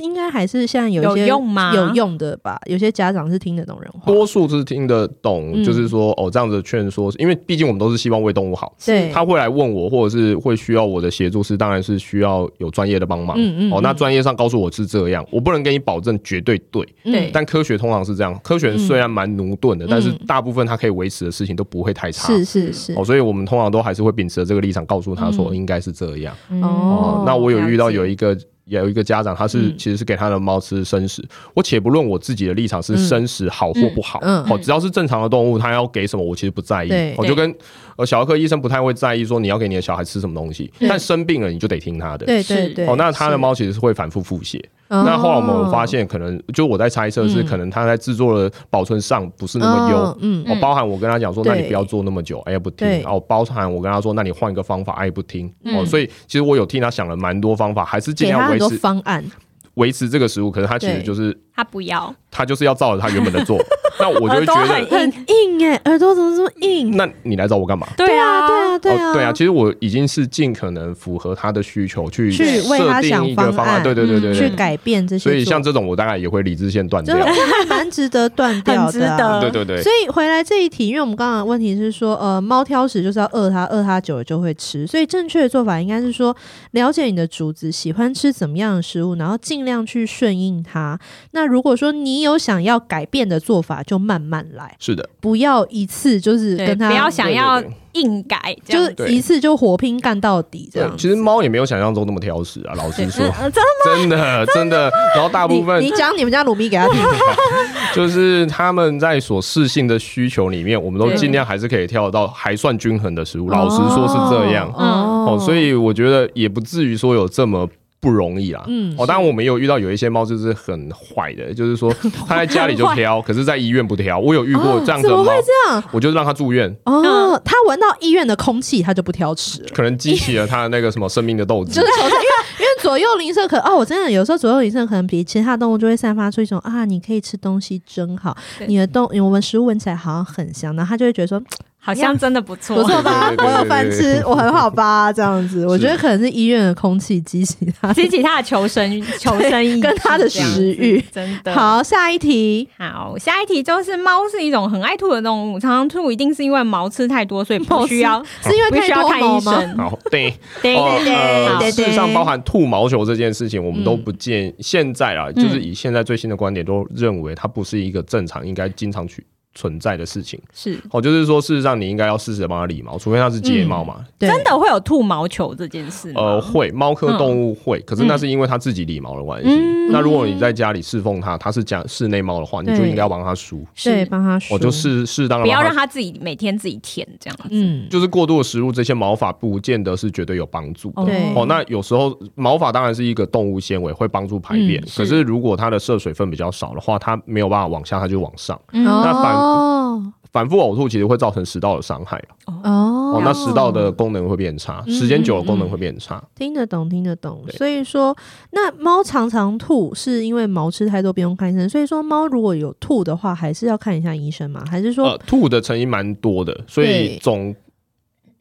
Speaker 1: 应该还是现在有一
Speaker 2: 有
Speaker 1: 些
Speaker 2: 用吗
Speaker 1: 有用的吧？有些家长是听得懂人话，
Speaker 3: 多数是听得懂，
Speaker 1: 嗯
Speaker 3: 就是说哦这样子的劝说，因为毕竟我们都是希望为动物好。
Speaker 1: 对，
Speaker 3: 他会来问我，或者是会需要我的协助，是当然是需要有专业的帮忙。
Speaker 1: 嗯嗯
Speaker 3: 哦，那
Speaker 1: 嗯
Speaker 3: 专业上告诉我是这样，我不能给你保证绝对对，
Speaker 1: 嗯
Speaker 2: 对
Speaker 3: 但科学通常是这样。科学虽然蛮驽钝的，
Speaker 1: 嗯
Speaker 3: 但是大部分它可以维持的事情都不会太差。
Speaker 1: 是是是
Speaker 3: 哦，所以我们通常都还是会秉持着这个立场，告诉他说
Speaker 1: 嗯
Speaker 3: 应该是这样。
Speaker 2: 嗯
Speaker 1: 哦
Speaker 3: 哦，那我有遇到
Speaker 2: 了解
Speaker 3: 有一个有一个家长，他是
Speaker 1: 嗯
Speaker 3: 其实是给他的猫吃生食。我且不论我自己的立场是
Speaker 1: 嗯
Speaker 3: 生食好或不好，
Speaker 1: 嗯嗯
Speaker 3: 哦，只要是正常的动物，它要给什么，我其实不在意
Speaker 1: 对。
Speaker 3: 我
Speaker 2: 对
Speaker 3: 就跟呃小儿科医生不太会在意说你要给你的小孩吃什么东西，
Speaker 1: 对
Speaker 3: 但生病了你就得听他的。
Speaker 1: 对对对。
Speaker 3: 哦，那他的猫其实是会反复腹泻。
Speaker 1: 是，哦
Speaker 3: 那后来我们有发现，可能就我在猜测是，
Speaker 1: 嗯
Speaker 3: 可能他在制作的保存上不是那么优。
Speaker 1: 哦嗯
Speaker 3: 哦，
Speaker 2: 嗯
Speaker 3: 包含我跟他讲说，
Speaker 1: 对
Speaker 3: 那你不要做那么久，哎、也不听
Speaker 1: 对。
Speaker 3: 哦，包含我跟他说，那你换一个方法，哎、也不听。哦，
Speaker 2: 嗯
Speaker 3: 所以其实我有替他想了蛮多方法，还是尽
Speaker 1: 给他
Speaker 3: 量
Speaker 1: 很
Speaker 3: 维
Speaker 1: 多
Speaker 3: 持
Speaker 1: 方案，
Speaker 3: 维持这个食物。可是他其实
Speaker 1: 对
Speaker 3: 就是
Speaker 2: 它不要，
Speaker 3: 他就是要照着他原本的做，那我就会
Speaker 2: 耳朵
Speaker 3: 觉
Speaker 2: 很
Speaker 3: 得，
Speaker 1: 很硬哎，耳朵怎么这么硬？
Speaker 3: 那你来找我干嘛？
Speaker 2: 对
Speaker 1: 啊，对啊，
Speaker 3: 哦，对啊，其实我已经是尽可能符合他的需求去
Speaker 1: 去为他
Speaker 3: 设定
Speaker 1: 想
Speaker 3: 一个
Speaker 1: 方
Speaker 3: 方
Speaker 1: 案嗯
Speaker 3: 案，对对对对
Speaker 1: 去
Speaker 3: 对。
Speaker 1: 改变这些做
Speaker 3: 所
Speaker 1: 法。
Speaker 3: 以像这种，我大概也会理智线断掉
Speaker 1: 就是。还蛮值得断掉
Speaker 2: 很值
Speaker 1: 的啊、
Speaker 2: 得
Speaker 3: 对对对
Speaker 1: 所，以回来这一题，因为我们刚刚的问题是说，呃，猫挑食就是要饿它，饿它久了就会吃。所以正确的做法应该是说，了解你的主子喜欢吃怎么样的食物，然后尽量去顺应它。那如果说你有想要改变的做法，就慢慢来，
Speaker 3: 是的，
Speaker 1: 不要一次就是
Speaker 2: 对，
Speaker 1: 跟
Speaker 2: 不
Speaker 1: 它
Speaker 2: 要想
Speaker 3: 对对
Speaker 2: 要
Speaker 3: 对
Speaker 2: 硬改，这
Speaker 1: 就
Speaker 2: 样
Speaker 1: 是
Speaker 3: 对
Speaker 1: 一次就火拼干到底这
Speaker 3: 对
Speaker 1: 样。。呃
Speaker 3: 其实猫也没有想象中那么挑食啊，老实说
Speaker 2: 嗯，嗯真
Speaker 3: 真的真的。然后大部分
Speaker 1: 你你讲你们家鲁米给他听，
Speaker 3: 就是他们在所适性的需求里面，我们都
Speaker 2: 对
Speaker 3: 尽量还是可以挑到还算均衡的食物。 老实说是这样
Speaker 1: 哦
Speaker 3: 哦，所以我觉得也不至于说有这么。不容易啦，
Speaker 1: 嗯
Speaker 3: 哦，当然我们也有遇到有一些猫就是很 坏的，就是说它在家里就挑，可是在医院不挑。我有遇过这样
Speaker 1: 啊怎
Speaker 3: 的
Speaker 1: 么
Speaker 3: 猫，
Speaker 1: 会这样？
Speaker 3: 我就让它住院，
Speaker 1: 哦，他闻到医院的空气，他就不挑食了。
Speaker 3: 可能激起了它的那个什么生命的斗志
Speaker 1: 就。是手上，因为因为左右邻舍可哦，我真的有时候左右邻舍可能比其他动物就会散发出一种啊，你可以吃东西真好，
Speaker 2: 对
Speaker 1: 你的动我们食物闻起来好像很香，然后他就会觉得说。嗯
Speaker 2: 好像真的不错，
Speaker 1: 不 错吧？
Speaker 3: 对
Speaker 1: 我
Speaker 3: 对对
Speaker 1: 有饭
Speaker 3: 对
Speaker 1: 吃，我很好吧？这样子，我觉得可能是医院的空气激起他。
Speaker 2: 激起他的求生求生意志
Speaker 1: 跟他的
Speaker 2: 这样
Speaker 1: 食欲
Speaker 2: 子真的。
Speaker 1: 好，下一题，
Speaker 2: 好，下一题就是猫是一种很爱吐的动物，常常吐一定是因为毛吃太多，所以 不需要
Speaker 1: 是因为
Speaker 2: 不需
Speaker 1: 太
Speaker 2: 要
Speaker 1: 多
Speaker 2: 看
Speaker 1: 毛
Speaker 2: 医
Speaker 1: 吗？
Speaker 2: 生。
Speaker 3: 好，对，
Speaker 2: 对
Speaker 3: 哦
Speaker 2: 对对，
Speaker 3: 呃
Speaker 2: 好嗯
Speaker 1: 对
Speaker 3: 事实上，包含吐毛球这件事情，我们都不建议。现在啊，就是以现在最新的观点，都认为它不是一个正常应该经常去存在的事情。
Speaker 2: 是
Speaker 3: 哦，就是说，事实上你应该要适时的帮它理毛，除非它是睫毛嘛。
Speaker 1: 对
Speaker 2: 真的会有吐毛球这件事吗？
Speaker 3: 呃，会猫科动物
Speaker 2: 嗯
Speaker 3: 会，可是那是因为它自己理毛的关系。
Speaker 1: 嗯
Speaker 3: 那如果你在家里侍奉它，它是家室内猫的话，你就
Speaker 1: 对
Speaker 3: 应该要帮它梳。
Speaker 1: 对，帮他梳，
Speaker 3: 哦，就适适当的
Speaker 2: 不要让
Speaker 3: 它。
Speaker 2: 它自己每天自己舔这样子。
Speaker 1: 嗯，
Speaker 3: 就是过度的食入这些毛发，不见得是绝对有帮助的。
Speaker 1: 对
Speaker 3: 哦，那有时候毛发当然是一个动物纤维，会帮助排便。
Speaker 1: 嗯
Speaker 2: 是
Speaker 3: 可是如果它的摄水分比较少的话，它没有办法往下，它就往上。
Speaker 2: 嗯
Speaker 3: 那反
Speaker 1: 哦
Speaker 3: 反复呕吐其实会造成食道的伤害
Speaker 1: 哦
Speaker 3: 哦，那食道的功能会变差，
Speaker 1: 嗯
Speaker 3: 时间久了功能会变差。
Speaker 1: 听得懂，听得懂。
Speaker 3: 对
Speaker 1: 所以说，那猫常常吐是因为毛吃太多，不用看医生。所以说，猫如果有吐的话，还是要看一下医生嘛？还是说
Speaker 3: 呃，吐的成因蛮多的，所
Speaker 1: 对
Speaker 3: 以总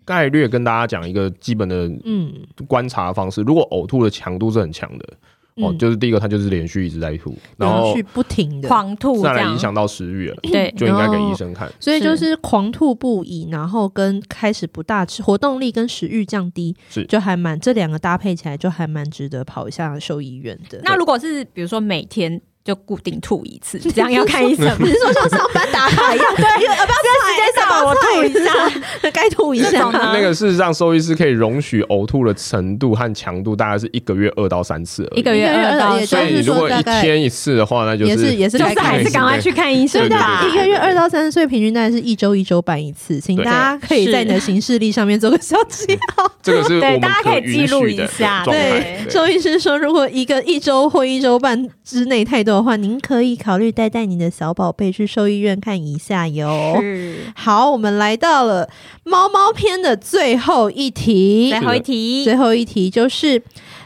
Speaker 3: 概略跟大家讲一个基本的
Speaker 1: 嗯，
Speaker 3: 观察方式。如果呕吐的强度是很强的，
Speaker 1: 嗯
Speaker 3: 哦，
Speaker 1: 啊
Speaker 3: 就是第一个它就是连续一直在吐，然后
Speaker 1: 去不停的，
Speaker 2: 狂吐
Speaker 3: 再
Speaker 2: 这
Speaker 3: 来
Speaker 2: 样
Speaker 3: 影，响到食欲了，
Speaker 2: 对
Speaker 3: 就应该
Speaker 1: 哦
Speaker 3: 给医生看。
Speaker 1: 所以就是狂吐不已，然后跟开始不大吃，活动力跟食欲降低，
Speaker 3: 是
Speaker 1: 就还蛮这两个搭配起来就还蛮值得跑一下兽医院的。
Speaker 2: 那如果是比如说每天就固定吐一次，这样要看医生吗？
Speaker 1: 你是说像上班打
Speaker 2: 哎
Speaker 1: 卡一样，对，要不要时
Speaker 2: 时间到了我吐一下，
Speaker 1: 下， 该吐一
Speaker 2: 那
Speaker 1: 下
Speaker 2: 种 呢。
Speaker 3: 那个事实上，兽医师可以容许呕吐的程度和强度大概是一个月二到三次而已。
Speaker 2: 一个月二到
Speaker 1: 一个月二到
Speaker 3: 所以
Speaker 1: 呃就是
Speaker 3: 你如
Speaker 1: 说
Speaker 3: 果
Speaker 1: 大
Speaker 3: 一
Speaker 1: 概
Speaker 3: 天一次的话，那就
Speaker 1: 也是
Speaker 3: 是
Speaker 1: 也是
Speaker 2: 就
Speaker 1: 该
Speaker 2: 是
Speaker 1: 看
Speaker 2: 还
Speaker 1: 医
Speaker 2: 是
Speaker 1: 生
Speaker 2: 赶快去看医
Speaker 1: 所以
Speaker 2: 生
Speaker 3: 对
Speaker 1: 大
Speaker 2: 吧
Speaker 1: 家。一个月二到三十岁平均大概是一周一周办一次，请大
Speaker 3: 对
Speaker 1: 家可以在你的行事历上面做个小记号。
Speaker 3: 这个是我
Speaker 2: 对
Speaker 3: 们
Speaker 2: 大家可以
Speaker 3: 允
Speaker 2: 记录
Speaker 3: 许
Speaker 2: 一
Speaker 3: 的
Speaker 2: 下
Speaker 3: 状态。
Speaker 2: 对
Speaker 3: 对
Speaker 1: 兽医师说，如果一个一周或一周半之内太多的话，您可以考虑带带你的小宝贝去兽医院看一下哟。
Speaker 2: 是
Speaker 1: 好，我们来到了猫猫篇的最后一题
Speaker 2: 最，后一题
Speaker 1: 最，后一题就是。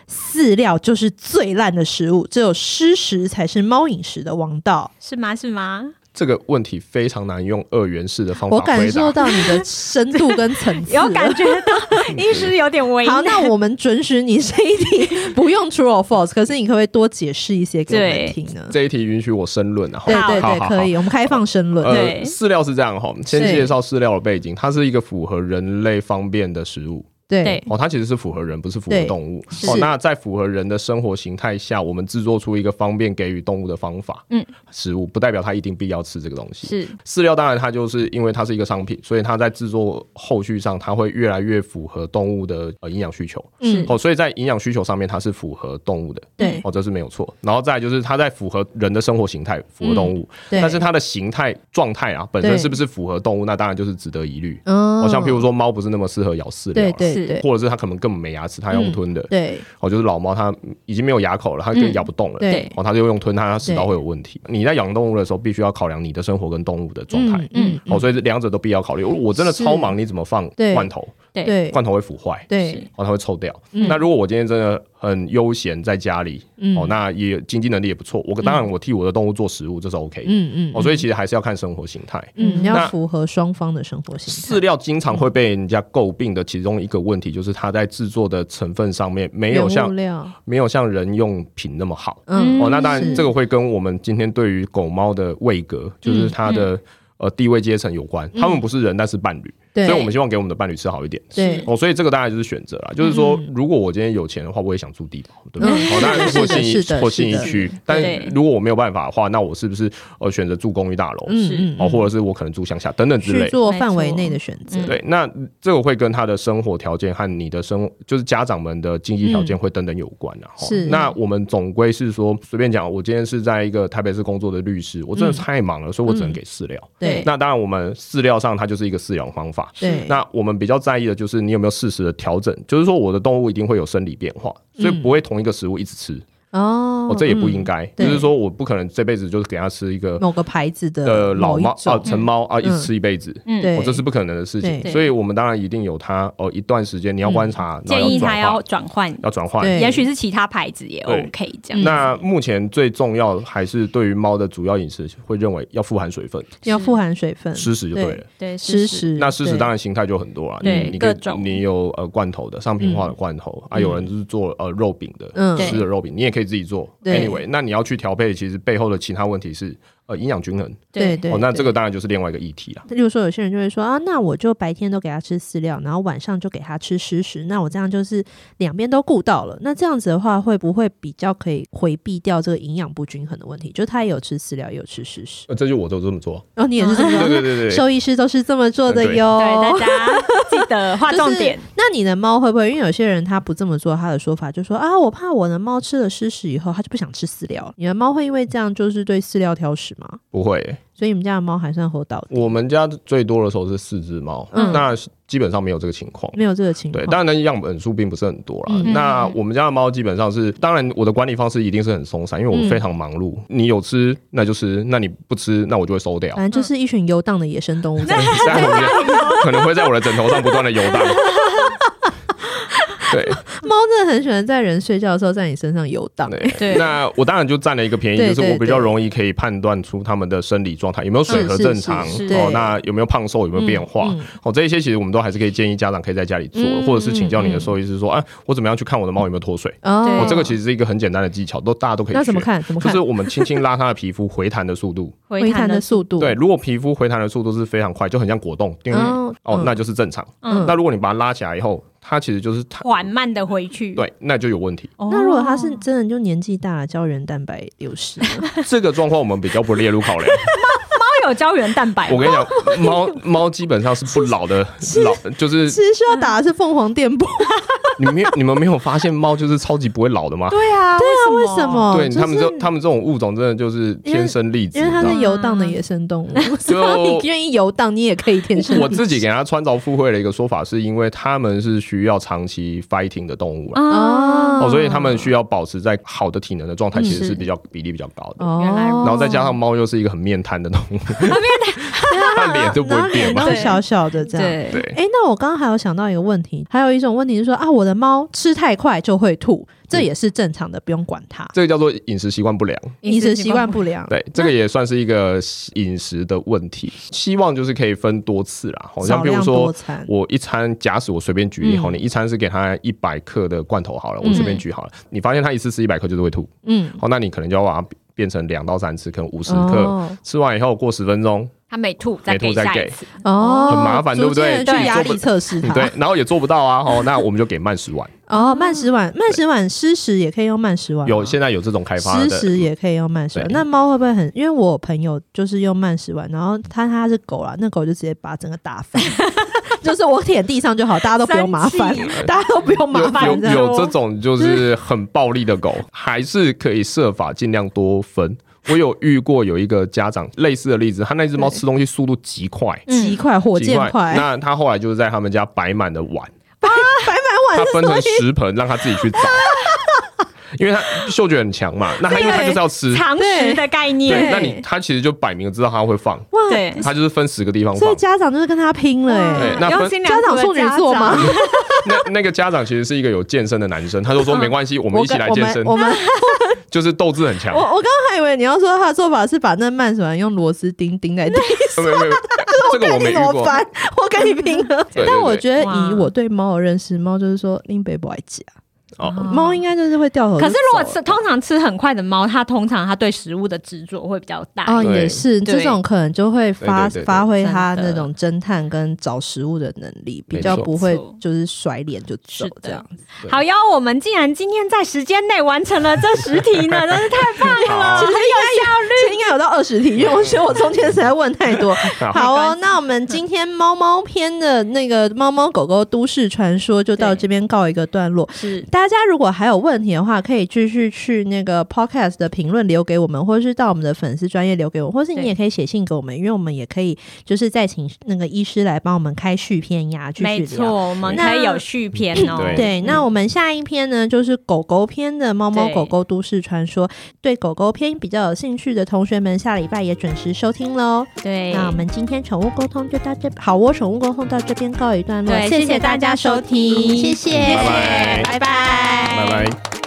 Speaker 1: 饲料就是最烂的食物，只有湿食才是猫饮食的王道。
Speaker 2: 是吗？是吗？
Speaker 3: 这个问题非常难用二元式的方法
Speaker 1: 我
Speaker 3: 回答。
Speaker 1: 感受到你的深度跟层 次了，
Speaker 2: 有感觉到医师有点为
Speaker 1: 好，
Speaker 2: 难。
Speaker 1: 那我们准许你这一题 不用 true or false，可是你可不可以多解释一些给我们
Speaker 2: 对
Speaker 1: 听呢？
Speaker 3: 这一题允许我申论啊。
Speaker 1: 对
Speaker 2: 好
Speaker 1: 对
Speaker 3: 好
Speaker 1: 对，
Speaker 3: 好
Speaker 1: 可以，我们开放申论。
Speaker 3: 呃，
Speaker 2: 对
Speaker 3: 饲料是这样哈，先
Speaker 1: 是
Speaker 3: 介绍饲料的背景，它是一个符合人类方便的食物
Speaker 1: 对
Speaker 2: 对
Speaker 3: 哦，它其实是符合人，不是符合
Speaker 1: 对
Speaker 3: 动物
Speaker 1: 是
Speaker 3: 哦。那在符合人的生活形态下，我们制作出一个方便给予动物的方法，
Speaker 2: 嗯，
Speaker 3: 食物不代表它一定必要吃这个东西。
Speaker 2: 是
Speaker 3: 饲料当然它就是因为它是一个商品，所以它在制作后续上，它会越来越符合动物的呃营养需求。
Speaker 1: 嗯
Speaker 2: 是
Speaker 3: 哦，所以在营养需求上面，它是符合动物的，
Speaker 1: 对
Speaker 3: 哦，这是没有错。然后再来就是它在符合人的生活形态，符合动物，
Speaker 1: 嗯对，
Speaker 3: 但是它的形态状态啊，本身
Speaker 1: 对
Speaker 3: 是不是符合动物，那当然就是值得疑虑。
Speaker 1: 嗯
Speaker 3: 哦，像譬如说猫不是那么适合咬饲料
Speaker 1: 对
Speaker 3: 啊，
Speaker 1: 对
Speaker 2: 是
Speaker 1: 对
Speaker 3: 或者是它可能根本没牙齿，它用吞的。
Speaker 1: 嗯对
Speaker 3: 哦，就是老猫它已经没有牙口了，它更
Speaker 2: 嗯
Speaker 3: 咬不动了。
Speaker 1: 对，
Speaker 3: 哦，它就用吞它，它食道
Speaker 1: 对
Speaker 3: 会有问题。你在养动物的时候，必须要考量你的生活跟动物的状态。
Speaker 1: 嗯
Speaker 3: 哦，所以这两者都必要考虑。我我真的
Speaker 1: 是
Speaker 3: 超忙，你怎么放
Speaker 1: 对
Speaker 3: 罐头？
Speaker 2: 对
Speaker 1: 对
Speaker 3: 罐头会腐坏，
Speaker 1: 对
Speaker 3: 哦，它会臭掉。
Speaker 1: 嗯
Speaker 3: 那如果我今天真的很悠闲在家里，
Speaker 1: 嗯
Speaker 3: 哦，那也经济能力也不错，我当然我替我的动物做食物，这是 OK 的。
Speaker 1: 嗯嗯
Speaker 3: 哦，所以其实还是要看生活形态。
Speaker 1: 嗯，
Speaker 2: 嗯
Speaker 1: 你要
Speaker 3: 那
Speaker 1: 符合双方的生活
Speaker 3: 饲
Speaker 1: 形态。
Speaker 3: 料经常会被人家诟病的其中一个问题，就是它在制作的成分上面没有
Speaker 1: 原物
Speaker 3: 像
Speaker 1: 料，
Speaker 3: 没有像人用品那么好。
Speaker 1: 嗯，
Speaker 3: 哦，那当然
Speaker 1: 是
Speaker 3: 这个会跟我们今天对于狗猫的位格，
Speaker 1: 嗯
Speaker 3: 就是它的呃地位阶层有关。它们不是人，但是伴侣，
Speaker 1: 对，
Speaker 3: 所以我们希望给我们的伴侣吃好一点。
Speaker 1: 对
Speaker 3: 哦，所以这个当然就是选择啦，就是说，如果我今天有钱的话，我也想住地堡，对不对？
Speaker 1: 嗯
Speaker 3: 哦，当然
Speaker 1: 是
Speaker 3: 或
Speaker 1: 的
Speaker 3: 信
Speaker 1: 是的
Speaker 3: 义或
Speaker 1: 是
Speaker 3: 信义
Speaker 1: 的
Speaker 3: 区，但
Speaker 2: 对
Speaker 3: 如果我没有办法的话，那我是不是呃选择住公寓大楼，
Speaker 2: 是
Speaker 1: 嗯嗯
Speaker 3: 哦，或者是我可能住乡下等等之
Speaker 1: 去
Speaker 3: 类。嗯
Speaker 1: 做范围内的选择
Speaker 2: 没。错
Speaker 3: 对，那这个会跟他的生活条件和你的生，就是家长们的经济条件会等等有关啊。哦
Speaker 1: 嗯是
Speaker 3: 那我们总归是说，随便讲，我今天是在一个台北市工作的律师，我真的
Speaker 1: 嗯
Speaker 3: 太忙了，所以我只能给饲料。
Speaker 1: 对
Speaker 3: 那当然，我们饲料上它就是一个饲养方法，
Speaker 1: 对，
Speaker 3: 那我们比较在意的就是你有没有适时的调整，就是说我的动物一定会有生理变化，所以不会同一个食物一直吃。
Speaker 1: 嗯哦，
Speaker 3: 哦，这也不
Speaker 1: 嗯
Speaker 3: 应该，
Speaker 1: 对
Speaker 3: 就是说我不可能这辈子就是给它吃一个
Speaker 1: 嗯某个牌子的
Speaker 3: 呃老
Speaker 1: 某一
Speaker 3: 猫啊
Speaker 1: 种
Speaker 3: 成猫啊，一
Speaker 1: 嗯
Speaker 3: 吃一辈子，
Speaker 2: 嗯，
Speaker 1: 对
Speaker 3: 哦，这是不可能的事情
Speaker 1: 对。
Speaker 3: 所以我们当然一定有它哦，一段时间你要观察，然后
Speaker 2: 建议他
Speaker 3: 转化
Speaker 2: 要转换，
Speaker 3: 要转换。
Speaker 1: 对
Speaker 2: 也许是其他牌子也
Speaker 3: 对
Speaker 2: OK 这样。
Speaker 3: 那目前最重要还是对于猫的主要饮食，会认为要富含水分，
Speaker 1: 要富含水分，
Speaker 3: 湿食就对了。
Speaker 2: 对
Speaker 1: 湿
Speaker 2: 是是
Speaker 1: 食。
Speaker 3: 那湿食
Speaker 1: 嗯对
Speaker 3: 当然形态就很多啊，
Speaker 2: 对
Speaker 3: 你你
Speaker 2: 各
Speaker 3: 可以
Speaker 2: 种
Speaker 3: 你有呃罐头的商品化的罐头啊，有人就是做呃肉饼的，
Speaker 1: 嗯
Speaker 3: 湿的肉饼，你也可以自己做。
Speaker 1: 对
Speaker 3: Anyway，那你要去调配，其实背后的其他问题是呃营养均衡。
Speaker 1: 对对
Speaker 3: 哦，那这
Speaker 1: 个。
Speaker 3: 个当然就是另外一个议题啦。
Speaker 1: 例如说，有些人就会说啊，那我就白天都给他吃饲料，然后晚上就给他吃湿食，那我这样就是两边都顾到了。那这样子的话，会不会比较可以回避掉这个营养不均衡的问题？就是他也有吃饲料，也有吃湿食，
Speaker 3: 呃，这就我都这么做。
Speaker 1: 然后你也是这么 做，
Speaker 3: 对对对对，
Speaker 1: 兽医师都是这么做的
Speaker 3: 对
Speaker 1: 哟。
Speaker 2: 对大家记得划重点。
Speaker 1: 就是。那你的猫会不会？因为有些人他不这么做，他的说法就说啊，我怕我的猫吃了湿食以后，它就不想吃饲料。你的猫会因为这样就是对饲料挑食吗？
Speaker 3: 不会欸。
Speaker 1: 所以你们家的猫还算活到底，
Speaker 3: 我们家最多的时候是四只猫，
Speaker 1: 嗯
Speaker 3: 那基本上没有这个情况。
Speaker 1: 没有这个情况。
Speaker 3: 对，当然样本数并不是很多啦。
Speaker 1: 嗯
Speaker 3: 那我们家的猫基本上是，当然我的管理方式一定是很松散，因为我
Speaker 1: 嗯
Speaker 3: 非常忙碌。你有吃那就吃，那你不吃那我就会收掉。
Speaker 1: 反正就是一群游荡的野生动物 在。
Speaker 3: 这样我就可能会在我的枕头上不断的游 荡。对
Speaker 1: 猫真的很喜欢在人睡觉的时候在你身上游荡。
Speaker 2: 对
Speaker 3: 那我当然就占了一个便宜，
Speaker 1: 对
Speaker 3: 就是
Speaker 1: 对
Speaker 3: 我比较容易可以判断出它们的生理状态有没有水合
Speaker 1: 嗯是
Speaker 3: 正常
Speaker 1: 是是
Speaker 3: 哦，
Speaker 1: 对
Speaker 3: 那有没有胖瘦，有没有变化。
Speaker 1: 嗯嗯
Speaker 3: 哦，这一些其实我们都还是可以建议家长可以在家里做，
Speaker 1: 嗯
Speaker 3: 或者是请教你
Speaker 1: 嗯
Speaker 3: 的兽医师说，哎、我怎么样去看我的猫有没有脱水？
Speaker 1: 哦
Speaker 2: 对
Speaker 3: 哦，这个其实是一个很简单的技巧，都大家都可以学。
Speaker 1: 那怎么？看？怎么
Speaker 3: 就
Speaker 1: 看？
Speaker 3: 是我们轻轻拉它的皮肤回弹的 速度，
Speaker 1: 回弹的
Speaker 2: 速
Speaker 1: 速度。
Speaker 3: 对，，如果皮肤回弹的速度是非常快，就很像果冻，叮
Speaker 1: 哦
Speaker 3: 哦
Speaker 1: 嗯，
Speaker 3: 那就是正常。
Speaker 1: 嗯
Speaker 2: 哦
Speaker 3: 那如果你把它拉起来以后，它其实就是弹，
Speaker 2: 缓慢的回去。
Speaker 3: 对，那就有问题。
Speaker 2: 哦，
Speaker 1: 那如果它是真的就年纪大了，胶原蛋白流失了，
Speaker 3: 这个状况我们比较不列入 考量。
Speaker 2: 它有胶原蛋白
Speaker 3: 我，跟你讲，猫猫基本上是不老的，老就是
Speaker 1: 其实需要打的是凤凰电波。
Speaker 3: 你没有你们没有发现猫就是超级不会老的吗？
Speaker 2: 对啊，对啊，
Speaker 1: 为什？么？
Speaker 3: 对，他们
Speaker 1: 哦就
Speaker 3: 这
Speaker 1: 是
Speaker 3: 他们这种物种真的就是天生丽质，
Speaker 1: 因为它
Speaker 3: 你知道
Speaker 1: 是
Speaker 3: 吗
Speaker 1: 游荡的野生 动物，只要
Speaker 3: 就
Speaker 1: 你愿意游荡，你也可以天生
Speaker 3: 哦我
Speaker 1: 丽
Speaker 3: 自己
Speaker 1: 质
Speaker 3: 给它穿凿附会的一个说法，是因为它们是需要长期 fighting 的动物啦。
Speaker 2: 啊，
Speaker 1: 哦
Speaker 3: 哦，所以它们需要保持在好的体能的状态，
Speaker 1: 嗯
Speaker 3: 其实
Speaker 1: 是
Speaker 3: 是比较比例比较高的。
Speaker 1: 哦，啊
Speaker 2: 原来如
Speaker 3: 然后再加上猫又是一个很面瘫的动物， 它脸就不
Speaker 1: 然后
Speaker 3: 会
Speaker 1: 脸
Speaker 3: 变
Speaker 1: 都
Speaker 3: 嘛。
Speaker 1: 是小小的这样。
Speaker 2: 对，
Speaker 3: 对，
Speaker 1: 哎，那我刚刚还有想到一个问题，还有一种问题是说啊，我的猫吃太快就会吐，
Speaker 3: 嗯
Speaker 1: 这也是正常的，不用管它。
Speaker 3: 这个叫做饮食习惯不良。
Speaker 1: 饮食习惯不良，
Speaker 3: 对，这个也算是一个饮食的问题。希望就是可以分多次啦，好像
Speaker 1: 少
Speaker 3: 比如
Speaker 1: 量多
Speaker 3: 说。
Speaker 1: 餐。
Speaker 3: 我一餐，假使我随便举例好，
Speaker 1: 嗯
Speaker 3: 你一餐是给它一百克的罐头好了，我随便举好了，你发现它一次吃一百克就是会吐，
Speaker 1: 嗯，
Speaker 3: 好，那你可能就要把它变成两到三次，可能五十克，
Speaker 1: 哦
Speaker 3: 吃完以后过十分钟，
Speaker 2: 它美吐再
Speaker 3: 美吐
Speaker 2: 给
Speaker 3: 再
Speaker 2: 下一
Speaker 3: 给
Speaker 2: 次，
Speaker 1: 哦，
Speaker 3: 很麻烦对不对
Speaker 1: 逐渐地去
Speaker 2: 对
Speaker 1: 压
Speaker 3: 做
Speaker 1: 力
Speaker 3: 不
Speaker 1: 测试它。
Speaker 3: 对，然后也做不到啊，哦， 那我们就给慢食碗。
Speaker 1: 哦，慢食碗，慢食碗湿食也可以用慢食碗吗。
Speaker 3: 有现在有这种开发
Speaker 1: 湿
Speaker 3: 的，嗯
Speaker 1: 食也可以用慢食碗。
Speaker 3: 对
Speaker 1: 那猫会不会很？因为我有朋友就是用慢食碗，然后它它是狗啦，那狗就直接把整个打 翻，就是我舔地上就好，大家都不用麻烦
Speaker 3: 生气，
Speaker 1: 大家都不用麻
Speaker 3: 有
Speaker 1: 烦这样。
Speaker 3: 有有这种就是很暴力的 狗，还是可以设法尽量多分。我有遇过有一个家长类似的例子，他那只猫
Speaker 1: 对
Speaker 3: 吃东西速度极快，
Speaker 1: 极快，火
Speaker 3: 极
Speaker 1: 箭哎快，
Speaker 3: 嗯那他后来就是在他们家摆满了碗，
Speaker 1: 白满
Speaker 3: 他
Speaker 1: 碗是
Speaker 3: 分
Speaker 1: 什么
Speaker 3: 成
Speaker 1: 意思？
Speaker 3: 十盆让他自己 去找，因为他嗅觉很强嘛，那他因为他就是要吃，
Speaker 2: 常识的概
Speaker 3: 对
Speaker 2: 念，，
Speaker 3: 那你他其实就摆明知道他会放，
Speaker 1: 哇
Speaker 2: 对
Speaker 3: 他就是分十个地方
Speaker 1: 所以
Speaker 3: 放。
Speaker 1: 家长就是跟他拼了哎、
Speaker 3: 对那分
Speaker 2: 用心良
Speaker 1: 家长
Speaker 2: 苦的
Speaker 1: 处女座吗？
Speaker 2: 家长？
Speaker 3: 那那个家长其实是一个有健身的男生，他就说没关系， 我们
Speaker 1: 嗯我
Speaker 3: 一起
Speaker 1: 跟
Speaker 3: 来
Speaker 1: 我
Speaker 3: 健
Speaker 1: 们
Speaker 3: 身，
Speaker 1: 我们
Speaker 3: 就是斗志很强
Speaker 1: 我。我刚刚还以为你要说他的做法是把那慢手环用螺丝钉钉在地
Speaker 3: 没有没 有，没有这个
Speaker 1: 看
Speaker 3: 我没
Speaker 1: 你
Speaker 3: 遇
Speaker 1: 怎么
Speaker 3: 过。
Speaker 1: 翻，我跟你拼了。
Speaker 3: 对对
Speaker 1: 但我
Speaker 3: 对
Speaker 1: 觉得
Speaker 2: 哇
Speaker 1: 以我对猫的认识，猫就是说拎背不爱夹，
Speaker 3: 哦，
Speaker 1: 猫应该就是会掉头啊就走
Speaker 2: 嗯可
Speaker 1: 了。
Speaker 2: 是如果吃通常吃很快的猫，它通常它对食物的执着会比较大。
Speaker 1: 哦，
Speaker 3: 对
Speaker 1: 也是
Speaker 2: 对
Speaker 1: 这种可能就会发
Speaker 3: 对对对对
Speaker 1: 发挥它
Speaker 2: 真
Speaker 1: 那
Speaker 2: 的
Speaker 1: 种侦探跟找食物的能力，比
Speaker 3: 没
Speaker 1: 较
Speaker 3: 错
Speaker 1: 不会
Speaker 2: 没错
Speaker 1: 就是甩脸就走
Speaker 2: 是的
Speaker 1: 这样。
Speaker 3: 对
Speaker 2: 好哟，我们竟然今天在时间内完成了这十题 呢，真是太棒了，
Speaker 3: 好
Speaker 2: 很有效率。
Speaker 1: 其实应该有到二十题，因为我觉得我中间实在问 太多。 好
Speaker 2: 没
Speaker 1: 哦
Speaker 2: 关，
Speaker 1: 那我们今天猫猫篇的那个猫猫狗狗都市传说就到
Speaker 2: 对
Speaker 1: 这边告一个段落。
Speaker 2: 是
Speaker 1: 大家家如果还有问题的话，可以继续去那个 podcast 的评论留给我们，或是到我们的粉丝专业留给我们，或是你
Speaker 2: 对
Speaker 1: 也可以写信给我们，因为我们也可以就是再请那个医师来帮我们开续篇呀，继
Speaker 2: 没
Speaker 1: 续聊。
Speaker 2: 错，我们可以有续篇哦。
Speaker 3: 对
Speaker 1: 对，
Speaker 2: 嗯
Speaker 1: 那我们下一篇呢，就是狗狗篇的《猫猫狗狗都市传说》。对狗狗篇比较有兴趣的同学们，下礼拜也准时收听喽。
Speaker 2: 对，
Speaker 1: 那我们今天宠物沟通就到这，好窝宠物沟通到这边告一段落，
Speaker 2: 对
Speaker 1: 谢
Speaker 2: 谢谢
Speaker 1: 大家
Speaker 2: 大家
Speaker 1: 收
Speaker 2: 收听
Speaker 1: 听，谢谢，
Speaker 3: 拜拜
Speaker 1: 拜拜
Speaker 3: 拜拜。